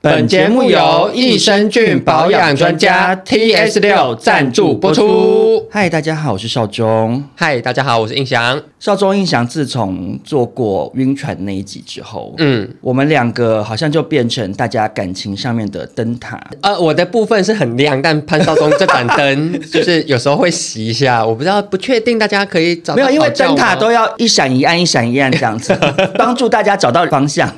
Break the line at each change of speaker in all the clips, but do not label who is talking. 本节目由益生菌保养专家 TS 六赞助播出。
嗨，大家好，我是少中。
嗨，大家好，我是印翔。
少中印象自从做过晕船那一集之后，
嗯，
我们两个好像就变成大家感情上面的灯塔。
呃，我的部分是很亮，但潘少忠这盏 灯就是有时候会熄一下，我不知道，不确定大家可以找到
没有，因为灯塔
讨教吗
都要一闪一暗、一闪一暗这样 子，帮助大家找到方向。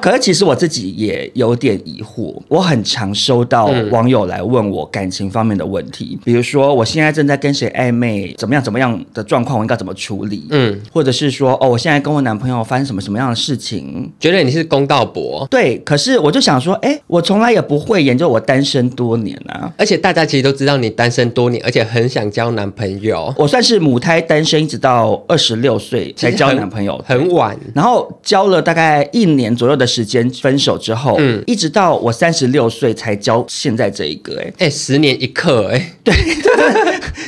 可是其实我自己也有点疑惑，我很常收到网友来问我感情方面的问题，比如说我现在正在跟谁暧昧，怎么样怎么样的状况，我应该怎么处理？
嗯，
或者是说，哦，我现在跟我男朋友发生什么什么样的事情？
觉得你是公道伯，
对，可是我就想说，哎，我从来也不会研究我单身多年啊。
而且大家其实都知道你单身多年，而且很想交男朋友，
我算是母胎单身，一直到二十六岁才交
其实很
男朋友，
很晚。
然后交了大概一年左右的时间，分手之后，
嗯
一直到我三十六岁才交现在这一个、欸，
哎、十年一刻、哎，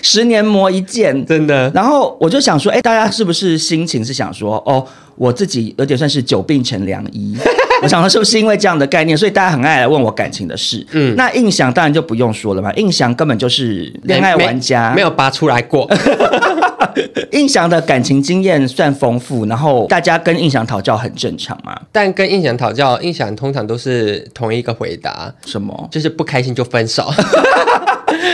十年磨一剑。
真的，
然后我就想说，哎、大家是不是心情是想说，哦，我自己有点算是久病成良医？ 我想说，是不是因为这样的概念，所以大家很爱来问我感情的事？嗯，那印象当然就不用说了嘛，印象根本就是 恋爱
没
玩家，
没有拔出来过。
印象的感情经验算丰富，然后大家跟印象讨教很正常嘛？
但跟印翔讨教，印翔通常都是同一个回答，
什么
就是不开心就分手。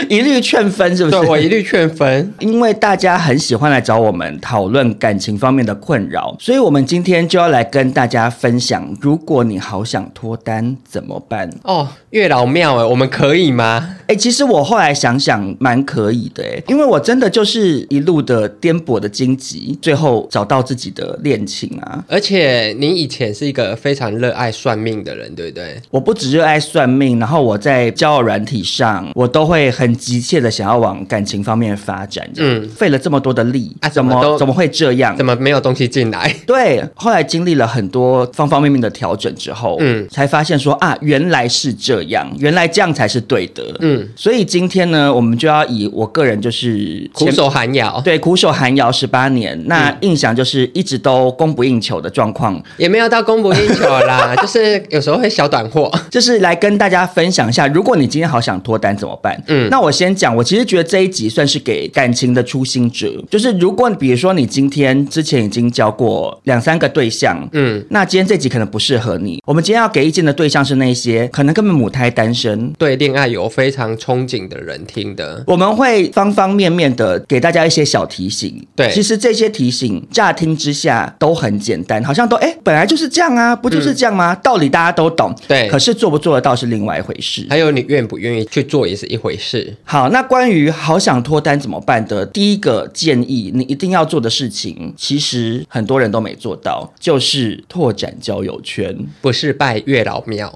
一律劝分，是不是？
对我一律劝分。
因为大家很喜欢来找我们讨论感情方面的困扰，所以我们今天就要来跟大家分享，如果你好想脱单怎么办？
哦，月老庙哎，我们可以吗？
哎，其实我后来想想，蛮可以的哎，因为我真的就是一路的颠簸的荆棘，最后找到自己的恋情啊！
而且你以前是一个非常热爱算命的人，对不对？
我不只热爱算命，然后我在交友软体上，我都会很急切的想要往感情方面发展。嗯，
嗯
费了这么多的力，
啊
怎
怎么
么
都
怎么会这样？
怎么没有东西进来？
对，后来经历了很多方方面面的调整之后，嗯
嗯，
才发现说啊，原来是这样，原来这样才是对的。嗯
嗯，
所以今天呢，我们就要以我个人就是
苦
前
守嗯寒窑，
对苦守寒窑十八年，那印象就是一直都供不应求的状况，
也没有到供不应求啦，就是有时候会小短货。
就是来跟大家分享一下，如果你今天好想脱单怎么办？嗯，那我先讲，我其实觉得这一集算是给感情的初心者，就是如果比如说你今天之前已经交过两三个对象，嗯
嗯，
那今天这集可能不适合你。我们今天要给意见的对象是那些可能根本母胎单身。
对恋爱有非常憧憬的人听的，
我们会方方面面的给大家一些小提醒。
对
其实这些提醒乍听之下都很简单，好像都哎本来就是这样啊，不就是这样吗？道理大家都懂，
嗯对
可是做不做得到是另外一回事。
还有你愿不愿意去做也是一回事。
好，那关于好想脱单怎么办的第一个建议，你一定要做的事情，其实很多人都没做到，就是拓展交友圈。 哎
不是拜月老庙，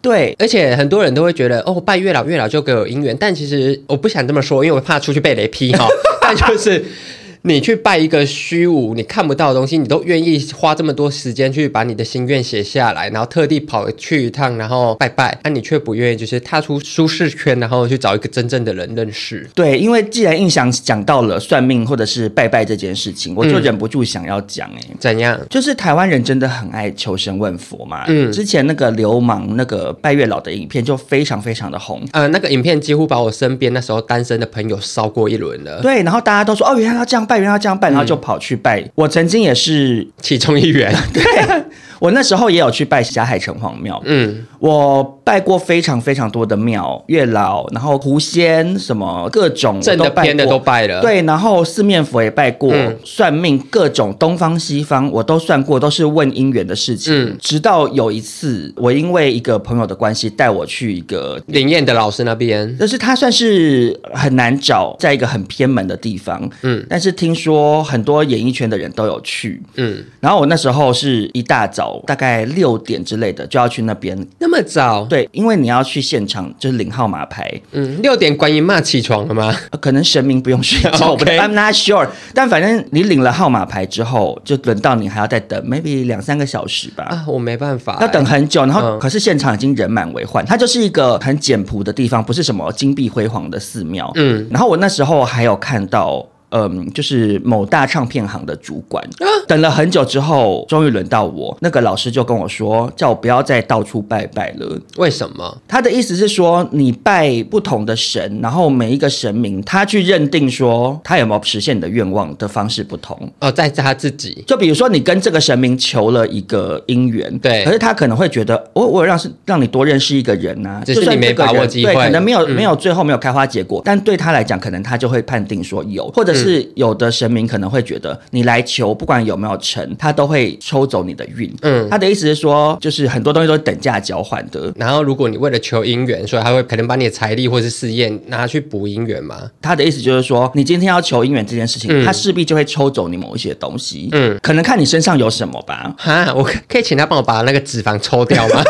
对，
而且很多人都会觉得哦，拜月老月老就给我姻缘，但其实我不想这么说，因为我怕出去被雷劈哈。但就是你去拜一个虚无你看不到的东西，你都愿意花这么多时间去把你的心愿写下来，然后特地跑去一趟，然后拜拜，啊那、你却不愿意就是踏出舒适圈，然后去找一个真正的人认识。
对，因为既然印象讲到了算命或者是拜拜这件事情，我就忍不住想要讲哎、
怎样？
就是台湾人真的很爱求神问佛嘛。嗯，
嗯
之前那个流氓那个拜月老的影片就非常非常的红。
呃，那个影片几乎把我身边那时候单身的朋友烧过一轮了，
对，然后大家都说哦，原来要这样拜，原来要这样拜，然后就跑去拜。我曾经也是
其中一员。
对，我那时候也有去拜霞海城隍庙，
嗯，
我拜过非常非常多的庙，月老，然后狐仙什么各种
正
我
的
都拜
偏的
过
都拜了，，
对，然后四面佛也拜过，
嗯
算命各种东方西方我都算过，都是问姻缘的事情。
嗯
直到有一次，我因为一个朋友的关系带我去一个。
灵验的老师那边，
就是他算是很难找，在一个很偏门的地方，
嗯
嗯，但是听说很多演艺圈的人都有去，
嗯，
然后我那时候是一大早，大概六点之类的就要去那边，
那么早，
对，因为你要去现场就是领号码牌，
嗯，六点观音骂起床了吗？
呃可能神明不用睡觉，我不
OK
I'm not sure。但反正你领了号码牌之后，就轮到你还要再等，maybe 两三个小时吧。
啊，我没办法、
要等很久，然后
嗯
可是现场已经人满为患，它就是一个很简朴的地方，不是什么金碧辉煌的寺庙。
嗯
嗯，然后我那时候还有看到，嗯，就是某大唱片行的主管，等了很久之后，终于轮到我，那个老师就跟我说，叫我不要再到处拜拜了，
欸为什么？
他的意思是说，你拜不同的神，然后每一个神明，他去认定说他有没有实现你的愿望的方式不同。
哦，在他自己，
就比如说，你跟这个神明求了一个姻缘，
对
可是他可能会觉得，哦我我有让让你多认识一个人呐、
只
就是算
你没
这个
把握
人
机
对，
会
可能没有、
嗯
没有最后没有开花结果，但对他来讲，可能他就会判定说有，或者是
嗯
有的神明可能会觉得你来求，不管有没有成，他都会抽走你的运。
嗯
他的意思是说，就是很多东西都是等价交换的，
然后如果你为了求姻缘，所以他会可能把你的财力或是事业拿去补姻缘嘛？
他的意思就是说，你今天要求姻缘这件事情，
嗯
他势必就会抽走你某一些东西，
嗯
嗯，可能看你身上有什么吧，
哈，我可可以请他帮我把那个脂肪抽掉 吗？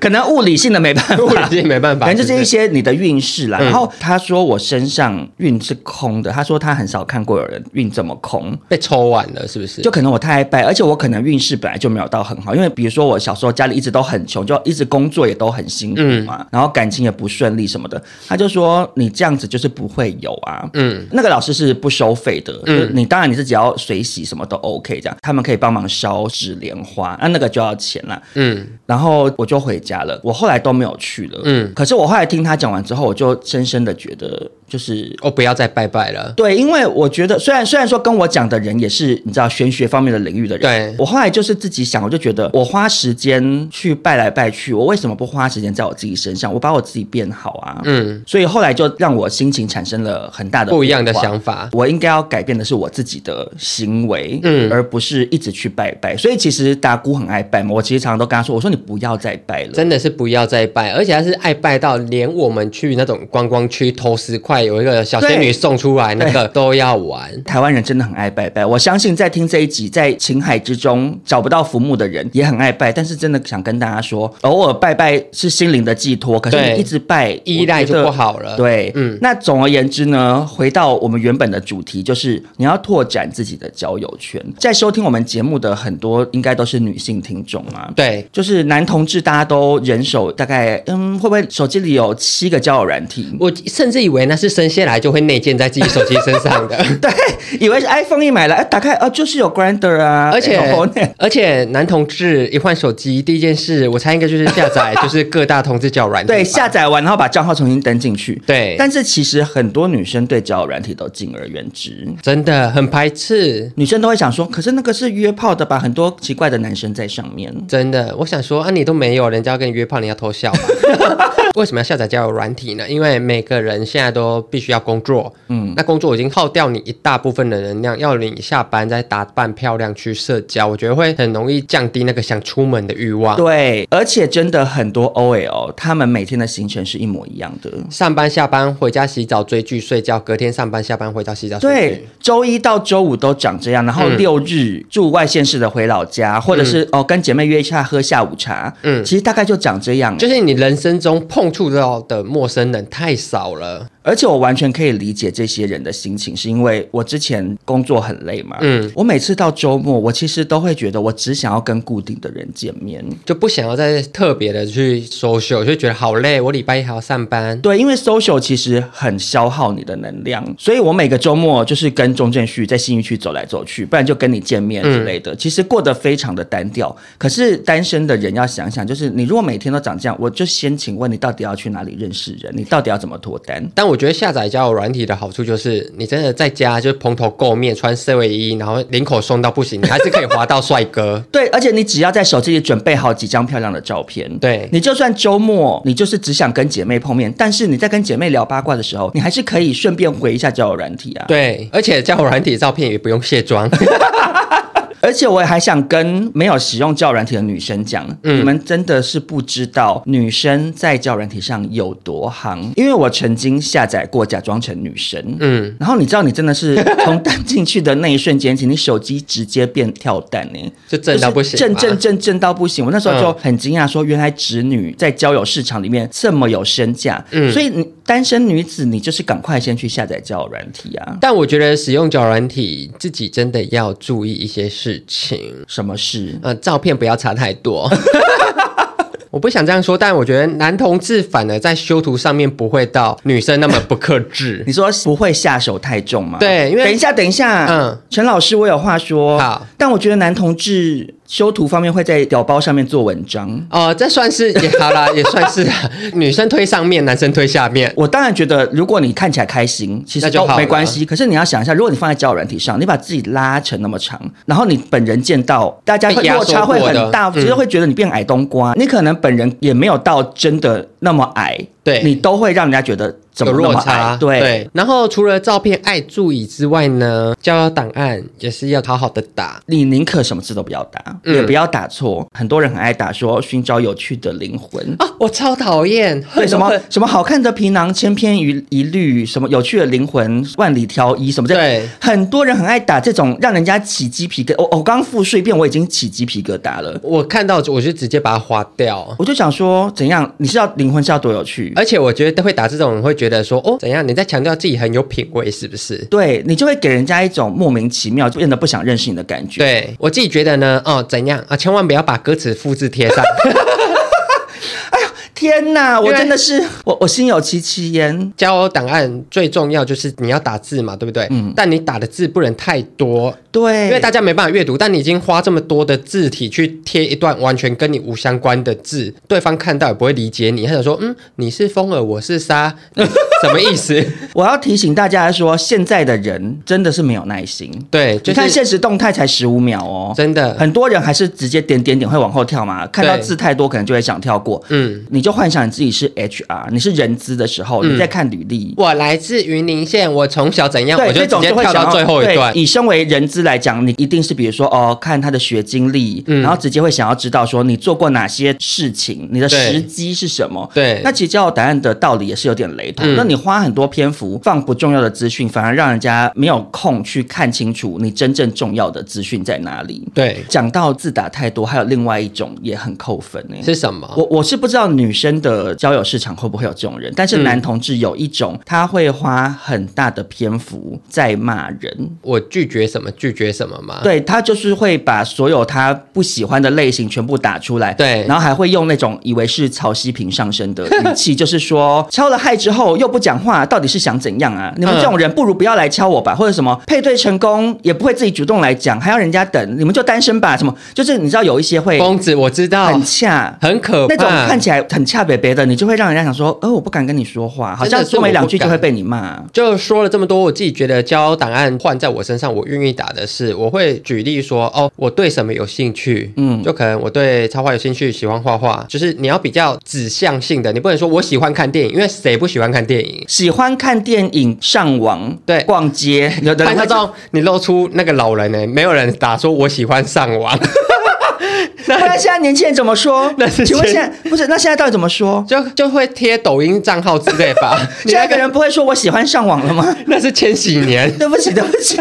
可能物理性的没办法，
我已经没办法，
反正就是一
是
些你的运势啦。
嗯
然后他说我身上运是空的，他说他很少看过有人运这么空。
被抽完了，是不是？
就可能我太爱拜，而且我可能运势本来就没有到很好，因为比如说我小时候家里一直都很穷，就一直工作也都很辛苦嘛，
嗯
然后感情也不顺利什么的。他就说你这样子就是不会有啊，
嗯
嗯，那个老师是不收费的，
嗯
就是你当然你自己要水洗什么都 OK 这样，他们可以帮忙烧纸莲花，那那个就要钱啦。
嗯，
然后我就回家了，我后来都没有去了。
嗯
嗯，可是我后来听他讲完之后，我就深深的觉得，就是
我哦不要再拜拜了。
对，因为我觉得虽然虽然说跟我讲的人也是你知道玄学方面的领域的人，
对
我后来就是自己想，我就觉得我花时间去拜来拜去，我为什么不花时间在我自己身上？我把我自己变好啊。
嗯，
所以后来就让我心情产生了很大的
不一样的
变化
想法。
我应该要改变的是我自己的行为，
嗯
嗯，而不是一直去拜拜。所以其实达姑很爱拜嘛，我其实常常都跟她说，我说你不要再拜了。
真的是不要再拜，而且他是爱拜到连我们去那种观光区投十块，有一个小仙女
对
送出来那个都要玩。
台湾人真的很爱拜拜，我相信在听这一集，在情海之中找不到浮木的人也很爱拜，但是真的想跟大家说，偶尔拜拜是心灵的寄托，可是
对
你一直拜
依赖就不。
我
好
觉得
了。
对，
嗯
嗯，那总而言之呢，回到我们原本的主题，就是你要拓展自己的交友圈。在收听我们节目的很多应该都是女性听众嘛，
对，
就是男同志大家都人手大概，嗯，会不会手机里有七个交友软体？
我甚至以为那是生下来就会内建在自己手机身上的，
对，以为是 iPhone 一买了，哎，打开啊，就是有 Grander 啊，
而且
有 Hornet
而且男同志一换手机，第一件事我猜应该就是下载，就是各大同志交友软体吧。
对，下载完然后把账号重新登进去。
对，但
但是其实很多女生对交友软体都敬而远之，
真的很排斥。
女生都会想说，可是那个是约炮的吧？很多奇怪的男生在上面。
真的，我想说啊，你都没有，人家要跟你约炮，你要偷 笑吗？为什么要下载交友软体呢？因为每个人现在都必须要工作，嗯，那工作已经耗掉你一大部分的能量，要你下班再打扮漂亮去社交，我觉得会很容易降低那个想出门的欲望。
对，而且真的很多 OL，他们每天的行程是一模一样的。
上班、下班、回家洗澡、追剧、睡觉，隔天上班、下班、回家洗澡、睡
对
剧。，
啊周一到周五都长这样，然后
嗯
六日住外县市的回老家，或者是、哦跟姐妹约一下喝下午茶，
嗯
嗯，其实大概就长这样。
就是你人生中碰触到的陌生人太少了，
而且我完全可以理解这些人的心情，是因为我之前工作很累嘛，
嗯
嗯，我每次到周末，我其实都会觉得我只想要跟固定的人见面。
就不想要再特别的去 social，就觉得好累，我礼拜一还要上班。
对，因为 social 其实很消耗你的能量，所以我每个周末就是跟中正旭在信义区走来走去，不然就跟你见面之类的。其实过得非常的单调。可是单身的人要想想，就是你如果每天都长这样，我就先请问你到底要去哪里认识人，你到底要怎么脱单？。
但我我觉得下载交友软体的好处就是，你真的在家就是蓬头垢面，穿四卫衣，然后领口松到不行，你还是可以滑到帅哥
对，而且你只要在手机里准备好几张漂亮的照片，
对
你就算周末你就是只想跟姐妹碰面，但是你在跟姐妹聊八卦的时候，你还是可以顺便回一下交友软体啊。，
对，而且交友软体照片也不用卸妆。
而且我还想跟没有使用交友软体的女生讲，
嗯
你们真的是不知道女生在交友软体上有多行，因为我曾经下载过假装成女生，
嗯，
然后你知道你真的是从弹进去的那一瞬间起，你手机直接变跳弹呢、
就震到不行
就是
吗嗯
震震震震到不行。我那时候就很惊讶，说原来直女在交友市场里面这么有身价，
嗯
所以你单身女子你就是赶快先去下载交友软体啊。
但我觉得使用交友软体，自己真的要注意一些事情。
什么事？
呃，照片不要差太多。 我不想这样说，但我觉得男同志反而在修图上面不会到女生那么不克制。
你说不会下手太重吗？
对因为
等一下，等一下，嗯
嗯，
陈老师，我有话说。
好，
但我觉得男同志修图方面会在屌包上面做文章。
哦，这算是也好啦，也算是 啊女生推上面，男生推下面。
我当然觉得，如果你看起来开心，其实
那就
都
好了
没关系。可是你要想一下，如果你放在交友软体上，你把自己拉成那么长，然后你本人见到大家会
被压
落
缩
差会
过
很
的
大，
嗯
其实会觉得你变矮冬瓜。你可能本人也没有到真的那么矮，
对
你都会让人家觉得怎么
有
那
落
么
差
矮？，对。
然后除了照片爱注意之外呢，交友档案也是要好好的打。
你宁可什么字都不要打，
嗯
也不要打错。很多人很爱打说寻找有趣的灵 魂。
啊，我超讨厌，
对什么什么好看的皮囊千篇一一律，什么有趣的灵魂万里挑一，什么这
对，
很多人很爱打这种让人家起鸡皮疙。我哦我刚复述一遍，我已经起鸡皮疙瘩了。
我看到我就直接把它划掉。
我就想说，怎样？你是要灵魂是要多有趣？
而且我觉得会打这种人会觉得说，哦，怎样？你在强调自己很有品味是不是？
对你就会给人家一种莫名其妙变得不想认识你的感觉。
对我自己觉得呢，哦，怎样啊？千万不要把歌词复制贴 上。
天哪，我
因为
真的是我我心有戚戚焉。
交友档案最重要就是你要打字嘛，对不对？但你打的字不能太多，
嗯对，
因为大家没办法阅读。但你已经花这么多的字体去贴一段完全跟你无相关的字，对方看到也不会理解你。他想说，嗯，你是风儿，我是沙， 什么 意思？
我要提醒大家说，现在的人真的是没有耐心。
对，就
你看
是
现实动态才十五秒哦，
真的，
很多人还是直接点点点会往后跳嘛，看到
对
字太多可能就会想跳过。
嗯。
你就幻想你自己是 HR，你是人资的时候，你在看履历。
我来自云林县，我从小怎样，
对，
我就
这
直
种
接
就会
跳
想
到最后一段
对。以身为人资来讲，你一定是比如说哦，看他的学经历，
嗯
然后直接会想要知道说你做过哪些事情，你的
对
时机是什么。
对
那其实交友答案的道理也是有点雷同。
嗯
那你花很多篇幅放不重要的资讯，反而让人家没有空去看清楚你真正重要的资讯在哪里。
对，
讲到字打太多，还有另外一种也很扣分欸呢、
是什么？
我我是不知道女生的交友市场会不会有这种人，但是男同志有一种，他会花很大的篇幅在骂人。
我拒绝什么？拒绝什么吗？
对他就是会把所有他不喜欢的类型全部打出来，
对
然后还会用那种以为是曹希平上身的语气，就是说敲了嗨之后又不讲话，到底是想怎样啊？你们这种人不如不要来敲我吧，或者什么配对成功也不会自己主动来讲，还要人家等，你们就单身吧？什么？就是你知道有一些会
疯子，我知道，
很恰，
很可怕。
那种看起来很恰北北的，你就会让人家想说，哦，我不敢跟你说话，好
真的
像
是
说没两句
我不
就
敢
会被你骂。
就说了这么多，我自己觉得交友档案换在我身上，我愿意打的是，我会举例说，哦，我对什么有兴趣，
嗯
嗯，就可能我对插画有兴趣，喜欢画画，就是你要比较指向性的，你不能说我喜欢看电影，因为谁不喜欢看电影？
喜欢看电影、上网、
对
逛街，有的
拍
人
照
会
照，你露出那个老人呢、没有人打说我喜欢上网，
不然现在年轻人怎么说
那？是
请问
真
现在不是？那现在到底怎么说？
就就会贴抖音账号之类 吧。你
现在
那
一个
个
人不会说我喜欢上网了吗？
那是千禧年，
对不起，对不起，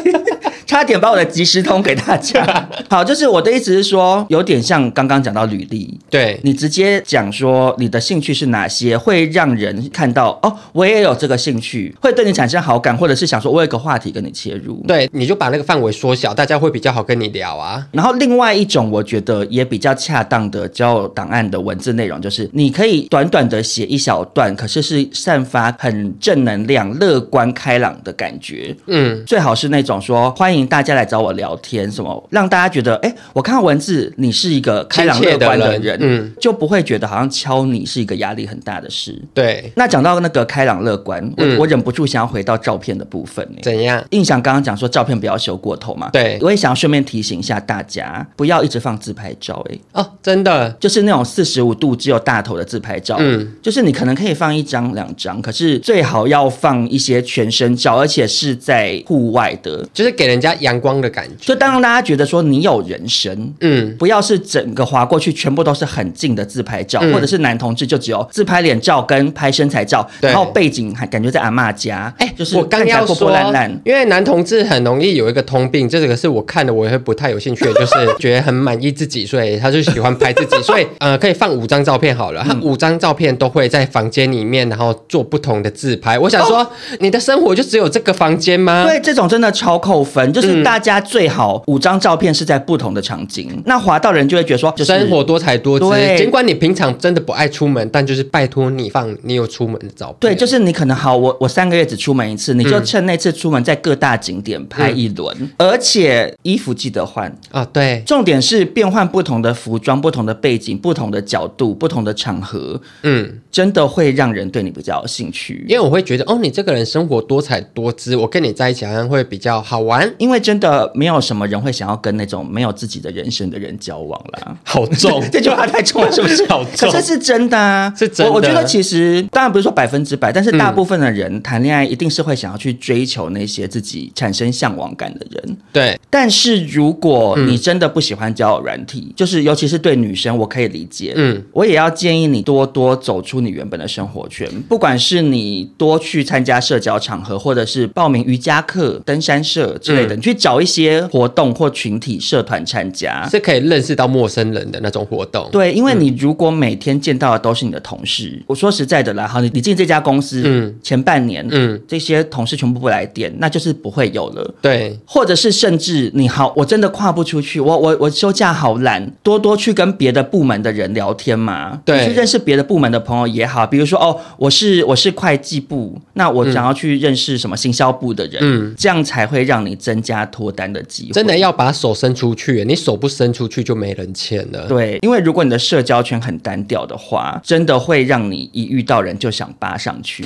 差点把我的即时通给大 家。好，就是我的意思是说，有点像刚刚讲到履历，
对，
你直接讲说你的兴趣是哪些，会让人看到哦，我也有这个兴趣，会对你产生好感，或者是想说我有个话题跟你切入。
对，你就把那个范围缩小，大家会比较好跟你聊啊。
然后另外一种我觉得也比较恰当的交友档案的文字内容，就是你可以短短的写一小段，可是是散发很正能量、乐观开朗的感觉。
嗯，
最好是那种说欢迎迎大家来找我聊天，什么让大家觉得，哎，我看到文字，你是一个开朗
亲切
乐
的
观的
人
人，
嗯
就不会觉得好像敲你是一个压力很大的事。
对，
那讲到那个开朗乐观，我、
嗯
我忍不住想要回到照片的部分、欸。
怎样？
印象刚刚讲说照片不要修过头嘛，
对
我也想要顺便提醒一下大家，不要一直放自拍照、欸，
哦，真的，
就是那种四十五度只有大头的自拍照，
嗯
就是你可能可以放一张两张，可是最好要放一些全身照，而且是在户外的，
就是给人家阳光的感觉。
就当让大家觉得说你有人生。
嗯，
不要是整个划过去，全部都是很近的自拍照，
嗯
或者是男同志就只有自拍脸照跟拍身材照，
对
然后背景还感觉在阿嬷家，哎、就是
我刚
看起来
要
破
说，
破烂烂，
因为男同志很容易有一个通病，这个是我看的，我也会不太有兴趣的，就是 觉得很满意自己，所以他就喜欢拍自己，所以呃，可以放五张照片好了，他五张照片都会在房间里面，然后做不同的自拍。我想说，你的生活就只有这个房间吗？
对，这种真的超扣分，
嗯
就是大家最好五张照片是在不同的场景，那滑到人就会觉得说，就是
生活多才多姿
对，
尽管你平常真的不爱出门，但就是拜托你放你有出门的照片。
对，就是你可能好，我我三个月只出门一次，你就
嗯
趁那次出门在各大景点拍一轮，而且衣服记得换。
啊，对，
重点是变换不同的服装、不同的背景、不同的角度、不同的场合，
嗯，
真的会让人对你比较有兴趣。
因为我会觉得哦，你这个人生活多彩多姿，我跟你在一起好像会比较好玩。
因为真的没有什么人会想要跟那种没有自己的人生的人交往啦。
好
这句话太重了，是不 是？
好重
可是是真的啊，
是真的嗯
我我觉得其实当然不是说百分之百，但是大部分的人谈恋爱一定是会想要去追求那些自己产生向往感的人。
对，
但是如果
嗯
你真的不喜欢交友软体，就是尤其是对女生，我可以理解。
嗯，
我也要建议你多多走出你原本的生活圈，不管是你多去参加社交场合，或者是报名瑜伽课、登山社之
嗯
类的，你去找一些活动或群体社团参加。
是可以嗯认识到陌生人的那种活动。
对，因为你如果每天见到的都是你的同事，我说实在的啦，好，你你进这家公司，
嗯
前半年，
嗯
这些同事全部不来电，那就是不会有了。
对，
或者是甚至你好，我真的跨不出去，我我我休假好懒，多多去跟别的部门的人聊天嘛，
对
你去认识别的部门的朋友也好，比如说哦，我是我是会计部，那我想要去认识什么行销部的人，
嗯
这样才会让你增加脱单的机会。
真的要把手伸出去，你手不伸出去就没人牵了。
对，因为如果你的社交圈很单调的话，真的会让你一遇到人就想扒上 去。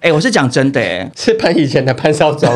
哎、我是讲真的哎、
是潘以前的潘少忠，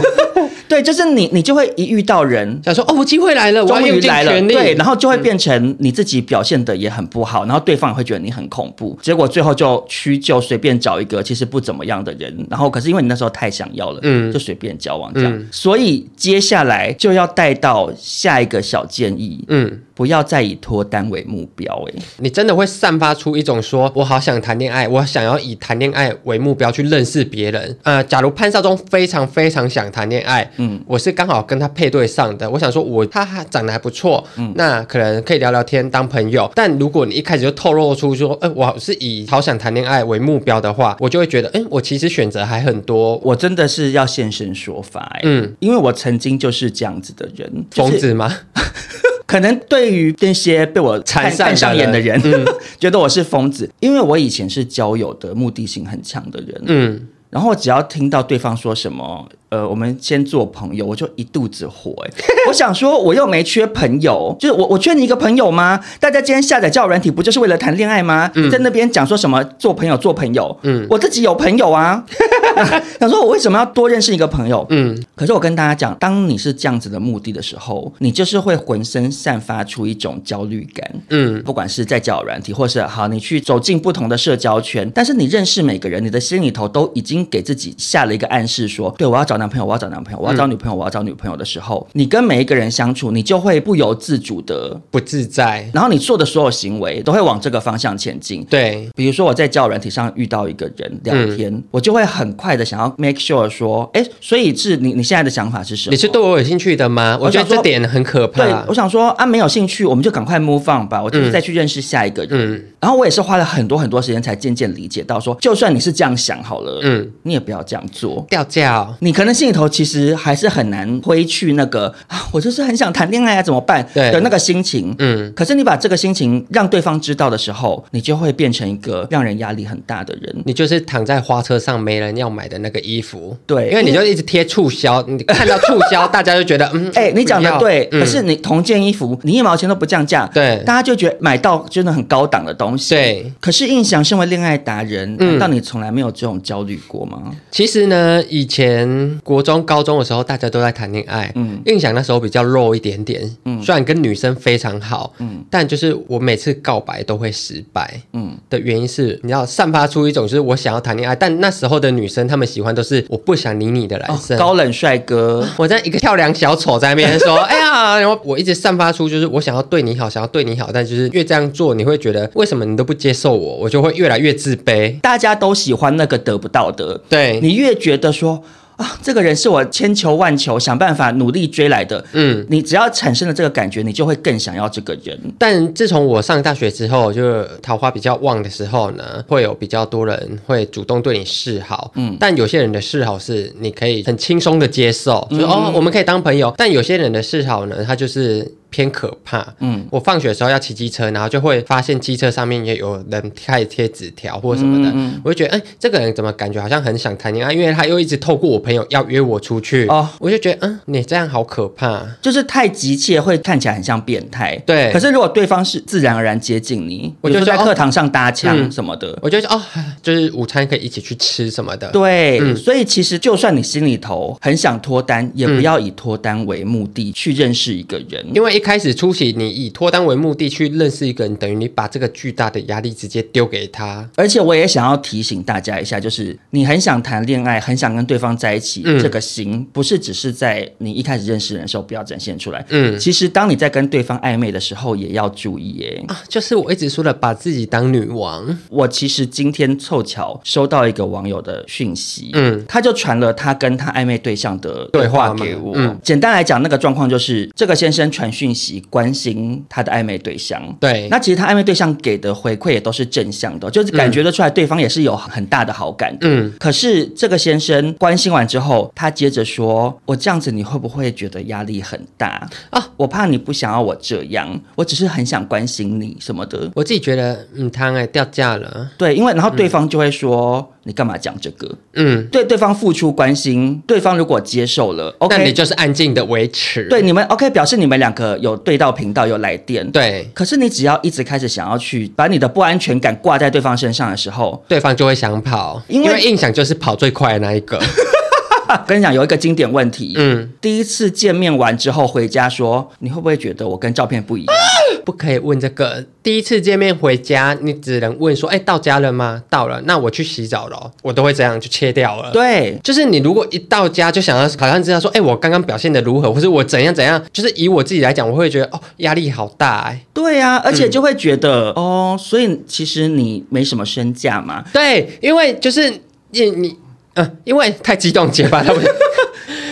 对，就是你，你就会一遇到人，
想说哦，我机会来了，我要
终
用
于
尽
来了，
全力。嗯
对，然后就会变成你自己表现的也很不好，然后对方也会觉得你很恐怖，结果最后就屈就随便找一个其实不怎么样的人，然后可是因为你那时候太想要了，
嗯
就随便交往这样，所以接下来就要带到下一个小建议，
嗯，
不要再以脱单为目标、欸，
你真的会散发出一种说，我好想谈恋爱，我想要以谈恋爱为目标去认识别人。呃，假如潘少忠非常非常想谈恋爱，嗯，我是刚好跟他配对上的，我想说
嗯
我他还长得还不错，嗯，那可能可以聊聊天当朋友。但如果你一开始就透露出说，哎、我是以好想谈恋爱为目标的话，我就会觉得，嗯，我其实选择还很多，
我真的是要现身说法、欸，
嗯，
因为我曾经就是这样子的人，就
疯
是
子吗？
可能对于那些被我看
缠上的
看上眼的人，嗯 觉得我是疯子，因为我以前是交友的目的性很强的人。
嗯，
然后我只要听到对方说什么，呃，我们先做朋友，我就一肚子火、欸。 我想说，我又没缺朋友，就是我我缺你一个朋友吗？大家今天下载交友软体不就是为了谈恋爱吗？你在那边讲说什么做朋友做朋友，嗯，我自己有朋友啊，想说我为什么要多认识一个朋友？
嗯，
可是我跟大家讲，当你是这样子的目的的时候，你就是会浑身散发出一种焦虑感。
嗯，
不管是在交友软体，或是好，你去走进不同的社交圈，但是你认识每个人，你的心里头都已经给自己下了一个暗示说，对我要找男朋友，我要找男朋友，我要找女朋友，我要找女朋友的时候，你跟每一个人相处，你就会不由自主的，
不自在。
然后你做的所有行为都会往这个方向前进。
对，
比如说我在交友软体上遇到一个人聊天，
嗯
我就会很快的想要 make sure 说，哎，所以是你你现在的想法是什么？
你是对我有兴趣的吗？我
我
觉
想
得这
说
点很可怕。
对，我想说啊，没有兴趣，我们就赶快 move on 吧，我就是再去认识下一个人。
嗯
然后我也是花了很多很多时间才渐渐理解到说，就算你是这样想好了，
嗯，
你也不要这样做。
掉价哦、
你可能心里头其实还是很难挥去那个啊，我就是很想谈恋爱啊，怎么办
对
的那个心情。
嗯，
可是你把这个心情让对方知道的时候，你就会变成一个让人压力很大的人。
你就是躺在花车上没人要买的那个衣服。
对
因为你就一直贴促销，你看到促销，大家 就觉得嗯，
哎、你讲的
不要
对，
嗯
可是你同件衣服，你一毛钱都不降价，
对
大家就觉得买到真的很高档的东西。
对，
可是印象身为恋爱达人，难
嗯
道你从来没有这种焦虑过吗？
其实呢，以前国中、高中的时候，大家都在谈恋爱。
嗯
嗯，印象那时候比较肉一点点。嗯，虽然跟女生非常好，
嗯
嗯，但就是我每次告白都会失败。
嗯
嗯，的原因是你要散发出一种就是我想要谈恋爱，但那时候的女生她们喜欢都是我不想理你的男生。
哦高冷帅哥，
我在一个跳梁小丑在那边说，哎呀，然后我一直散发出就是我想要对你好，想要对你好，但就是越这样做，你会觉得为什么你都不接受我，我就会越来越自卑。
大家都喜欢那个得不到的，
对，
你越觉得说。啊，这个人是我千求万求，想办法努力追来的。
嗯，
你只要产生了这个感觉，你就会更想要这个人。
但自从我上大学之后，就是桃花比较旺的时候呢，会有比较多人会主动对你示好。嗯，但有些人的示好是你可以很轻松的接受，就说哦，我们可以当朋友。但有些人的示好呢，他就是。偏可怕，嗯，我放学的时候要骑机车，然后就会发现机车上面也有人开始贴纸条或什
嗯
么的，我就觉得，哎、这个人怎么感觉好像很想谈恋爱？因为他又一直透过我朋友要约我出去，
哦
哦，我就觉得，嗯，你这样好可怕，
就是太急切会看起来很像变态，
对
可是如果对方是自然而然接近你，
我
比
就
如说在
说哦
课堂上搭腔
嗯
什么的，
我就说哦，就是午餐可以一起去吃什么的。
对，
嗯
所以其实就算你心里头很想脱单，也不要以脱单为目的去认识一个人。
因为一开始初期，你以脱单为目的去认识一个人，等于你把这个巨大的压力直接丢给他。
而且我也想要提醒大家一下，就是你很想谈恋爱，很想跟对方在一起，
嗯
这个心不是只是在你一开始认识人的时候不要展现出来。
嗯
其实当你在跟对方暧昧的时候，也要注意耶。
啊，就是我一直说的，把自己当女王。
我其实今天凑巧收到一个网友的讯息，
嗯
他就传了他跟他暧昧对象的对
对话
话
吗
给我。
嗯
简单来讲，那个状况就是这个先生传讯息关心他的暧昧对象。
对，
那其实他暧昧对象给的回馈也都是正向的，就是感觉得出来对方也是有很大的好感的。
嗯，
可是这个先生关心完之后，他接着说：“我这样子你会不会觉得压力很大
啊？
我怕你不想要我这样，我只是很想关心你什么的。”
我自己觉得，嗯，汤哎、掉价了。
对，因为然后对方就会说、你干嘛讲这个？
嗯，
对对方付出关心，对方如果接受了
那你
，OK，
就是安静的维持。
对你们 OK 表示你们两个有对到频道有来电。，
对，
可是你只要一直开始想要去把你的不安全感挂在对方身上的时 候，
对方就会想跑，
因
因
为
为印象就是跑最快的那一 个。
啊跟你讲有一个经典问题，
嗯，
第一次见面完之后回家说你会不会觉得我跟照片不一样？
不可以问这个。第一次见面回家，你只能问说：“哎、到家了吗？到了，那我去洗澡了哦。”我都会这样就切掉 了。，
对，
就是你如果一到家就想要好像知道说：“哎、我刚刚表现的如何，或是我怎样怎样。”就是以我自己来讲，我会觉得哦，压力好大哎、
对啊，而且就会觉得、
嗯
哦，所以其实你没什么身价嘛，
对，因为就是你你嗯、因为太激动结巴他们。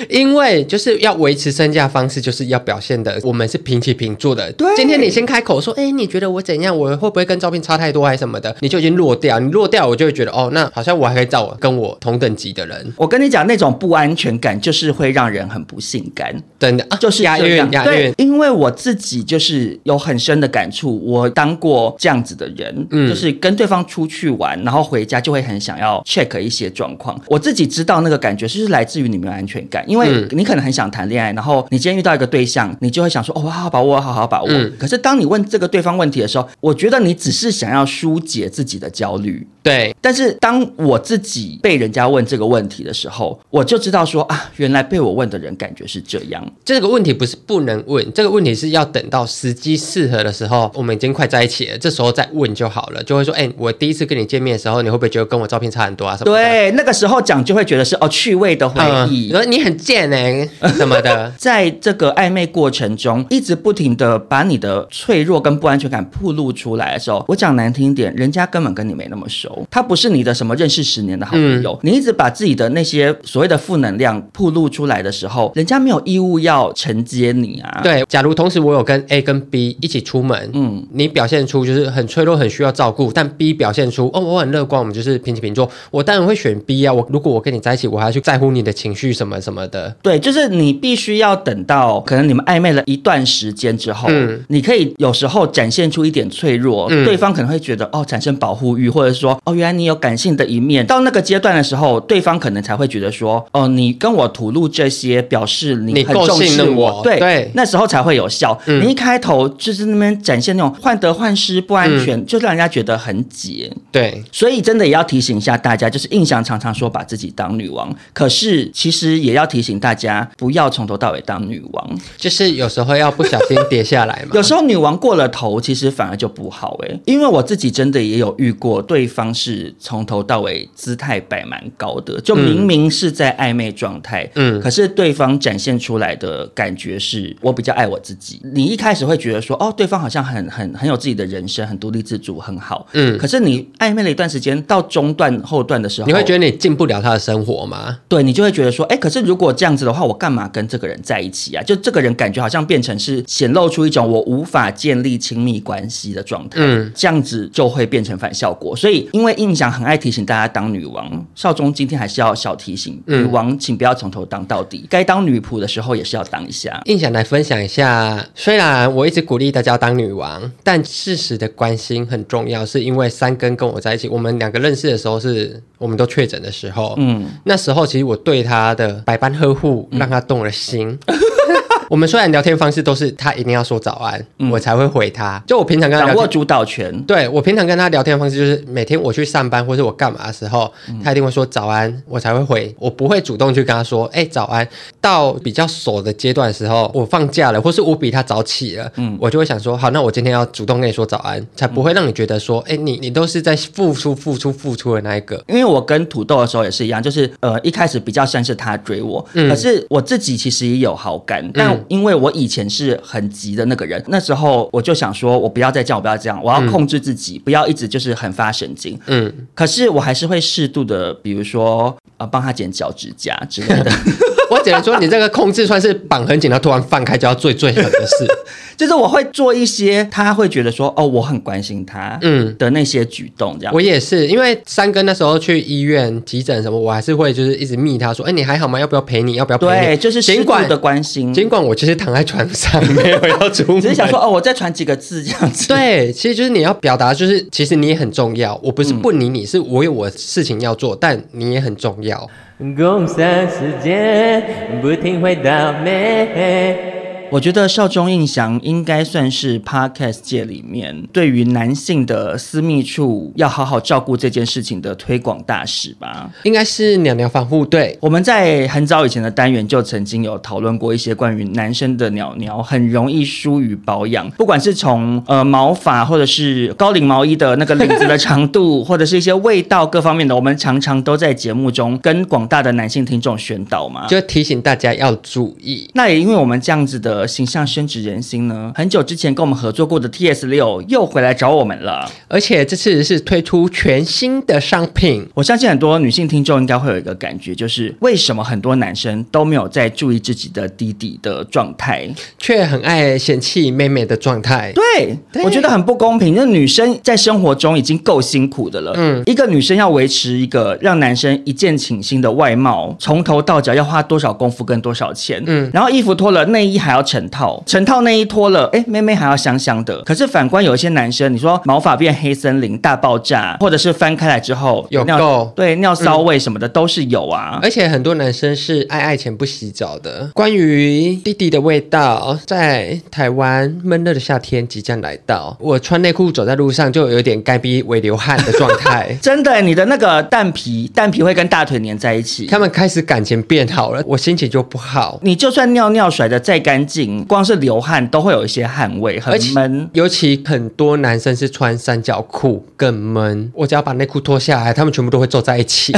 因为就是要维持身价方式，就是要表现的我们是平起平坐的。
对
今天你先开口说，哎，你觉得我怎样？我会不会跟照片差太多还是什么的？你就已经落掉，你落掉，我就会觉得哦，那好像我还可以找我跟我同等级的人，
我跟你讲，那种不安全感就是会让人很不性感，
真的啊
就是
押
这
韵
样
押
对
韵，，
因为我自己就是有很深的感触，我当过这样子的人，
嗯
就是跟对方出去玩，然后回家就会很想要 check 一些状况。我自己知道那个感觉就是来自于你没有安全感，因为
嗯
你可能很想谈恋爱，然后你今天遇到一个对象，你就会想说哦，我好好把握，好好把握。
嗯
可是当你问这个对方问题的时候，我觉得你只是想要疏解自己的焦虑，
对
但是当我自己被人家问这个问题的时候，我就知道说啊，原来被我问的人感觉是这样。
这个问题不是不能问，这个问题是要等到时机适合的时候，我们已经快在一起了，这时候再问就好了。就会说，哎、我第一次跟你见面的时候，你会不会觉得跟我照片差很多啊什么的？
对，那个时候讲就会觉得是哦趣味的回
嗯，
忆。。
你说你很贱哎、什么的
在这个暧昧过程中，一直不停的把你的脆弱跟不安全感暴露出来的时候，我讲难听一点，人家根本跟你没那么熟，他不是你的什么认识十年的好朋
嗯
友。你一直把自己的那些所谓的负能量暴露出来的时候，人家没有义务要承接你啊。，
对，假如同时我有跟 A 跟 B 一起出门，
嗯
嗯，你表现出就是很脆弱，很需要照顾，但 B 表现出哦，我很乐观，我们就是平起平坐，我当然会选 B 啊。我如果我跟你在一起，我还要去在乎你的情绪什么什么的。
对，就是你必须要等到可能你们暧昧了一段时间之后，
嗯
你可以有时候展现出一点脆弱，
嗯
对方可能会觉得哦产生保护欲，或者说哦原来你有感性的一面。到那个阶段的时候，对方可能才会觉得说哦你跟我吐露这些，表示
你
你很
够
重
信
视
任
我
我，
对
对
那时候才会有效。
嗯
你一开头就是那边展现那种患得患失、不安全，
嗯
就让人家觉得很解。
对，
所以真的也要提醒一下大家，就是印象常常说把自己当女王，可是其实也要提醒大家，不要从头到尾当女王。
就是有时候要不小心跌下来 嘛。
有时候女王过了头，其实反而就不好诶、因为我自己真的也有遇过，对方是从头到尾姿态摆蛮高的，就明明是在暧昧状态，
嗯
可是对方展现出来的感觉是我比较爱我自己。你一开始会觉得说，哦，对方好像很很很有自己的人生，很独立自主，很好，
嗯
可是你暧昧了一段时间，到中段后段的时候，
你会觉得你进不了他的生活吗？
对你就会觉得说，哎，可是如果这样子的话，我干嘛跟这个人在一起啊？就这个人感觉好像变成是显露出一种我无法建立亲密关系的状态，
嗯，
这样子就会变成反效果。所以，因为印象很爱提醒大家当女王，少中今天还是要小提醒，
嗯
女王请不要从头当到底，该当女仆的时候也是要当一下。
印象来分享一下，虽然我一直鼓励大家当女王，但适时的关心很重要，是因为三根跟我在一起，我们两个认识的时候是我们都确诊的时候，
嗯，
那时候其实我对他的百般呵护，让他动了心。我们虽然聊天方式都是他一定要说早安，我才会回他。就我平常跟他
掌
聊
握
天，
主导权，
对我平常跟他聊天的方式就是每天我去上班或是我干嘛的时候，他一定会说早安，我才会回。我不会主动去跟他说，哎、早安。到比较熟的阶段的时候，我放假了，或是我比他早起了，我就会想说，好，那我今天要主动跟你说早安，才不会让你觉得说，哎、你你都是在付出、付出、付出的那一个。
因为我跟土豆的时候也是一样，就是呃一开始比较像是他追我，
嗯
可是我自己其实也有好感，但因为我以前是很急的那个人，那时候我就想说，我不要再这样，我不要这样，我要控制自己，不要一直就是很发神经。
嗯，
可是我还是会适度的，比如说呃帮他剪脚指甲之类 的，
我只能说，你这个控制算是绑很紧，然后突然放开就要最最狠的事。
就是我会做一些他会觉得说哦我很关心他
嗯
的那些举动，这样。
我也是，因为三哥那时候去医院急诊什么，我还是会就是一直密他说，哎、你还好吗？要不要陪你？要不要陪你？
对，就是适
尽
度
管
的关心，
尽管我其实躺在床上没有要出 门，
只是想说。哦，我再传几个字这样子。
对，其实就是你要表达，就是其实你也很重要。我不是不理你，是我有我的事情要做，但你也很重要。
共享时间，不停回到美。
我觉得少中印象应该算是 podcast 界里面对于男性的私密处要好好照顾这件事情的推广大使吧。
应该是娘娘防护队，
我们在很早以前的单元就曾经有讨论过一些关于男生的鸟鸟很容易疏于保养，不管是从呃毛发或者是高领毛衣的那个领子的长度， 或者是一些味道各方面的，我们常常都在节目中跟广大的男性听众宣导嘛。
就提醒大家要注意。
那也因为我们这样子的形象深植人心呢，很久之前跟我们合作过的 TS 六又回来找我们了。
而且这次是推出全新的商品，
我相信很多女性听众应该会有一个感觉，就是为什么很多男生都没有在注意自己的低底的状态？
却很爱嫌弃妹妹的状态。
对，
欸对
我觉得很不公平。那女生在生活中已经够辛苦的了，嗯，一个女生要维持一个让男生一见倾心的外貌，从头到脚要花多少功夫跟多少钱？嗯，然后衣服脱了，内衣还要成套，成套内衣脱了，哎，妹妹还要香香的。可是反观有一些男生，你说毛发变黑森林大爆炸，或者是翻开来之后
有嗯
尿
垢
对尿骚味什么的、都是有啊。。
而且很多男生是爱爱前不洗澡的。关于弟弟的味道，在台湾闷热的夏天即将来到，我穿内裤走在路上就有点该逼微流汗的状态
真的，你的那个蛋皮，蛋皮会跟大腿粘在一起。
他们开始感情变好了，我心情就不好。
你就算尿尿甩的再干净，光是流汗都会有一些汗味，很
而且
闷。
尤其很多男生是穿三角裤，更闷。我只要把内裤脱下来，他们全部都会皱在一起。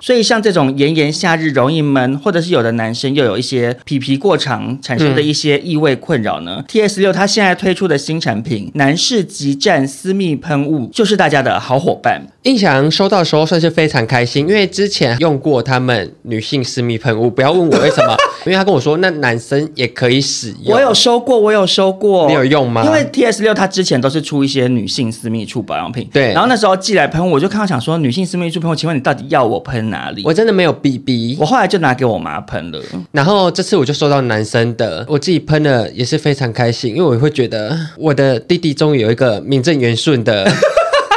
所以像这种炎炎夏日容易闷，或者是有的男生又有一些皮皮过长产生的一些异味困扰
嗯
呢、t s 六它现在推出的新产品——男士极战私密喷雾，就是大家的好伙伴。
印象收到的时候算是非常开心，因为之前用过他们女性私密喷雾，不要问我为什么，因为他跟我说那男生也可以使用。
我有收过，我有收过。
你有用吗
因为 T S 六它之前都是出一些女性私密处保养品，
对
然后那时候寄来喷，我就看到想说女性私密处喷，我请问你到底要我喷哪里？
我
我
真的没有 BB，
我后来就拿给我妈喷了。
然后这次我就收到男生的，我自己喷了也是非常开心，因为我会觉得我的弟弟终于有一个名正言顺 的